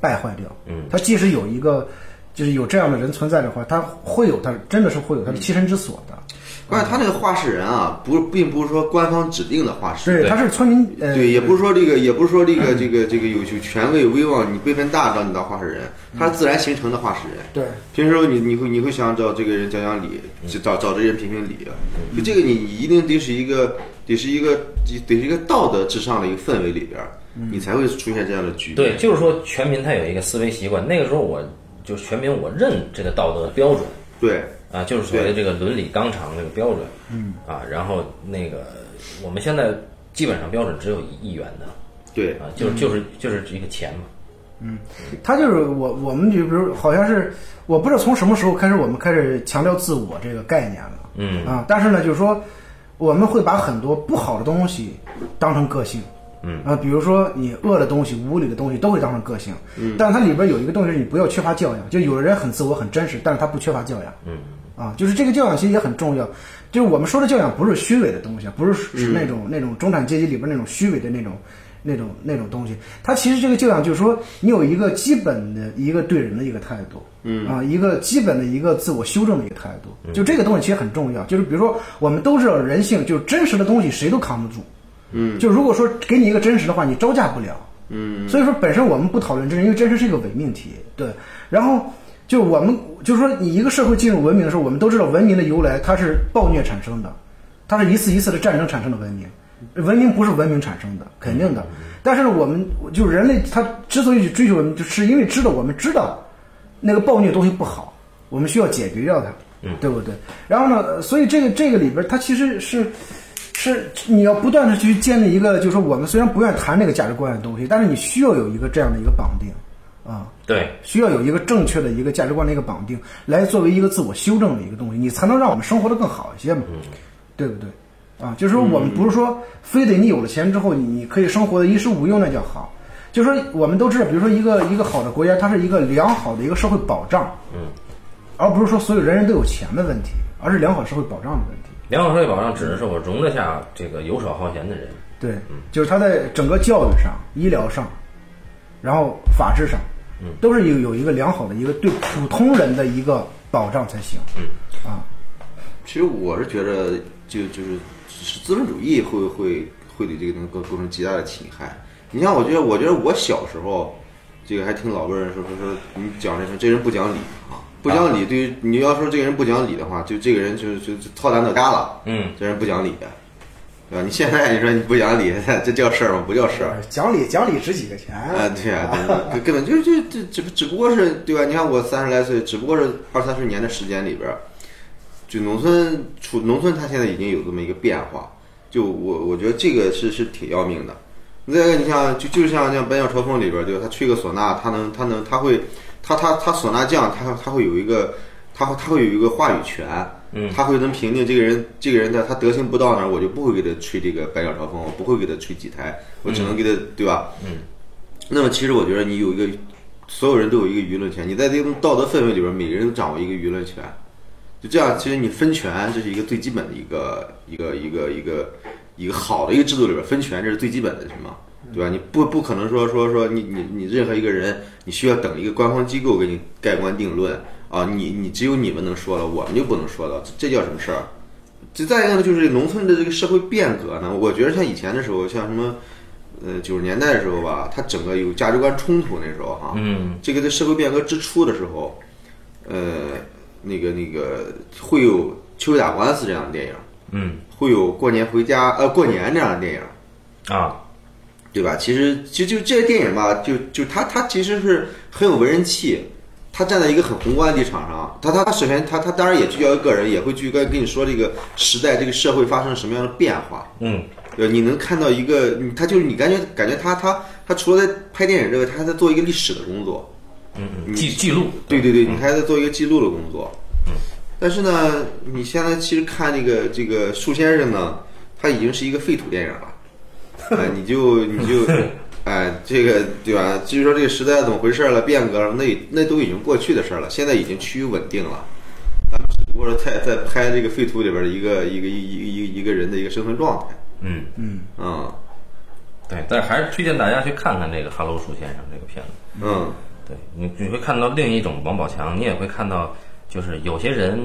Speaker 2: 败坏掉。
Speaker 1: 嗯
Speaker 2: 它即使有一个就是有这样的人存在的话，他会有他真的是会有他的栖身之所的。
Speaker 3: 关键他那个画事人啊，不，并不是说官方指定的画事人，
Speaker 2: 对，他是村民呃，
Speaker 3: 对，也不是说这个，也不是说这个这个这个有有权位威望，你辈分大让你当画事人，他是自然形成的画事人。
Speaker 2: 对
Speaker 3: 平时候你你会你会想找这个人讲讲理，就找找这人评评理，啊就这个你你一定得是一个得是一个得是一个道德至上的一个氛围里边儿，你才会出现这样的局面。
Speaker 1: 对，就是说全民他有一个思维习惯。那个时候我就全民我认这个道德标准
Speaker 3: 对
Speaker 1: 啊，就是所谓这个伦理纲常这个标准。嗯啊，然后那个我们现在基本上标准只有一元的
Speaker 3: 对
Speaker 1: 啊，就是就是就是一个钱嘛。
Speaker 2: 他就是我我们就比如好像是我不知道从什么时候开始，我们开始强调自我这个概念了。
Speaker 1: 嗯
Speaker 2: 啊，但是呢，就是说我们会把很多不好的东西当成个性。
Speaker 1: 嗯
Speaker 2: 啊，比如说你恶的东西、无理的东西都会当成个性，嗯，但它里边有一个东西，你不要缺乏教养。就有的人很自我、很真实，但是他不缺乏教养，
Speaker 1: 嗯
Speaker 2: 啊，就是这个教养其实也很重要。就是我们说的教养不是虚伪的东西啊，不是
Speaker 1: 嗯
Speaker 2: 是那种、那种中产阶级里边那种虚伪的那种、那种、那种东西。它其实这个教养就是说，你有一个基本的一个对人的一个态度，嗯啊，一个基本的一个自我修正的一个态度。就这个东西其实很重要。就是比如说，我们都知道人性，就是真实的东西谁都扛不住，嗯，就如果说给你一个真实的话，你招架不了，嗯，所以说本身我们不讨论真实，因为真实是一个伪命题，对。然后就我们就是说，你一个社会进入文明的时候，我们都知道文明的由来，它是暴虐产生的，它是一次一次的战争产生的文明，文明不是文明产生的，肯定的。但是呢，我们就人类他之所以去追求文明，就是因为知道我们知道那个暴虐东西不好，我们需要解决掉它，对不对？然后呢，呃所以这个这个里边它其实是。是你要不断的去建立一个，就是说我们虽然不愿谈这个价值观的东西，但是你需要有一个这样的一个绑定，啊，
Speaker 1: 对，
Speaker 2: 需要有一个正确的一个价值观的一个绑定，来作为一个自我修正的一个东西，你才能让我们生活的更好一些嘛，对不对？啊，就是说我们不是说非得你有了钱之后，你你可以生活的衣食无忧那叫好，就是说我们都知道，比如说一个一个好的国家，它是一个良好的一个社会保障，嗯，而不是说所有人人都有钱的问题，而是良好社会保障的问题。
Speaker 1: 良好社会保障指的是我容得下这个游手好闲的人。
Speaker 2: 对，就是他在整个教育上、医疗上，然后法治上，都是有有一个良好的一个对普通人的一个保障才行。啊，
Speaker 3: 其实我是觉得就就是是资本主义会会会对这个东西构构成极大的侵害。你像我觉得，我觉得我小时候，这个还听老辈人说说说你讲这事，这人不讲理啊，不讲理。对于你要说这个人不讲理的话，就这个人就就就套蛋到旮旯，
Speaker 1: 嗯，
Speaker 3: 这人不讲理，对吧？你现在你说你不讲理， 这叫事儿吗？不叫事儿。
Speaker 2: 讲理讲理值几个钱？
Speaker 3: 啊，对啊， 对根本就就这只只不过是对吧？你看我三十来岁，只不过是二三十年的时间里边儿，就农村处农村，它现在已经有这么一个变化。就我我觉得这个是是挺要命的。再一个，你像就就像像《百鸟朝凤》里边儿，对吧？他吹个唢呐，他能他能他会他他他唢呐匠，他他会有一个他会他会有一个话语权。
Speaker 1: 嗯
Speaker 3: 他会能评定这个人，这个人的他德行不到那儿，我就不会给他吹这个百鸟朝凤，我不会给他吹几台，我只能给他，对吧？那么其实我觉得你有一个，所有人都有一个舆论权，你在这种道德氛围里边，每个人都掌握一个舆论权，就这样，其实你分权，这是一个最基本的一个一个一个一个一个好的一个制度里边，分权这是最基本的什么？对吧？你不不可能说说说你你你任何一个人，你需要等一个官方机构给你盖棺定论啊！你你只有你们能说了，我们就不能说了，这这叫什么事儿？这再一个呢，就是农村的这个社会变革呢，我觉得像以前的时候，像什么，呃，九十年代的时候吧，它整个有价值观冲突那时候哈，
Speaker 1: 嗯，
Speaker 3: 这个在社会变革之初的时候，呃，那个那个会有《秋打官司》这样的电影，
Speaker 1: 嗯
Speaker 3: 会有过年回家呃过年这样的电影，
Speaker 1: 啊，
Speaker 3: 对吧？其实其实就这些电影吧，就就它它其实是很有文人气，它站在一个很宏观的立场上，它它它首先它它当然也聚焦于个人，也会聚焦于跟你说这个时代这个社会发生了什么样的变化。
Speaker 1: 嗯
Speaker 3: 对，你能看到一个，你他就是你感觉感觉他他他除了在拍电影这个，他还在做一个历史的工作。
Speaker 1: 嗯，记记录，
Speaker 3: 对对对，你还在做一个记录的工作。但是呢，你现在其实看这个这个树先生呢，他已经是一个废土电影了，哎、你就你就，哎，这个对吧？至于说这个时代怎么回事了，变革了，那那都已经过去的事儿了，现在已经趋于稳定了。咱们只不过是在在拍这个废土里边的一个一个一一一个一个人的一个生存状态，
Speaker 1: 嗯，
Speaker 3: 嗯
Speaker 1: 对，但是还是推荐大家去看看这个《哈喽，鼠先生》这个片子。
Speaker 3: 嗯
Speaker 1: 对你，你会看到另一种王宝强，你也会看到，就是有些人，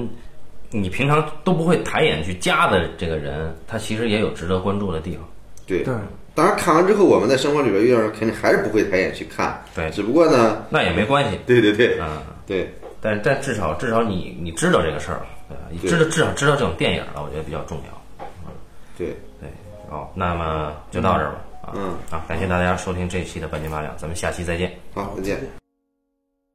Speaker 1: 你平常都不会抬眼去加的这个人，他其实也有值得关注的地方。
Speaker 3: 对
Speaker 2: 对。
Speaker 3: 当然，看完之后，我们在生活里边遇到人，肯定还是不会抬眼去看。
Speaker 1: 对
Speaker 3: 只不过呢，
Speaker 1: 那也没关系，
Speaker 3: 对对对，
Speaker 1: 嗯，
Speaker 3: 对，
Speaker 1: 但但至少至少你你知道这个事儿了，对吧？你知道至少知道这种电影了，我觉得比较重要。
Speaker 3: 对，
Speaker 1: 对，哦，那么就到这儿吧。啊
Speaker 3: 嗯，
Speaker 1: 啊，感谢大家收听这一期的半斤八两，咱们下期再见。
Speaker 3: 好，再见。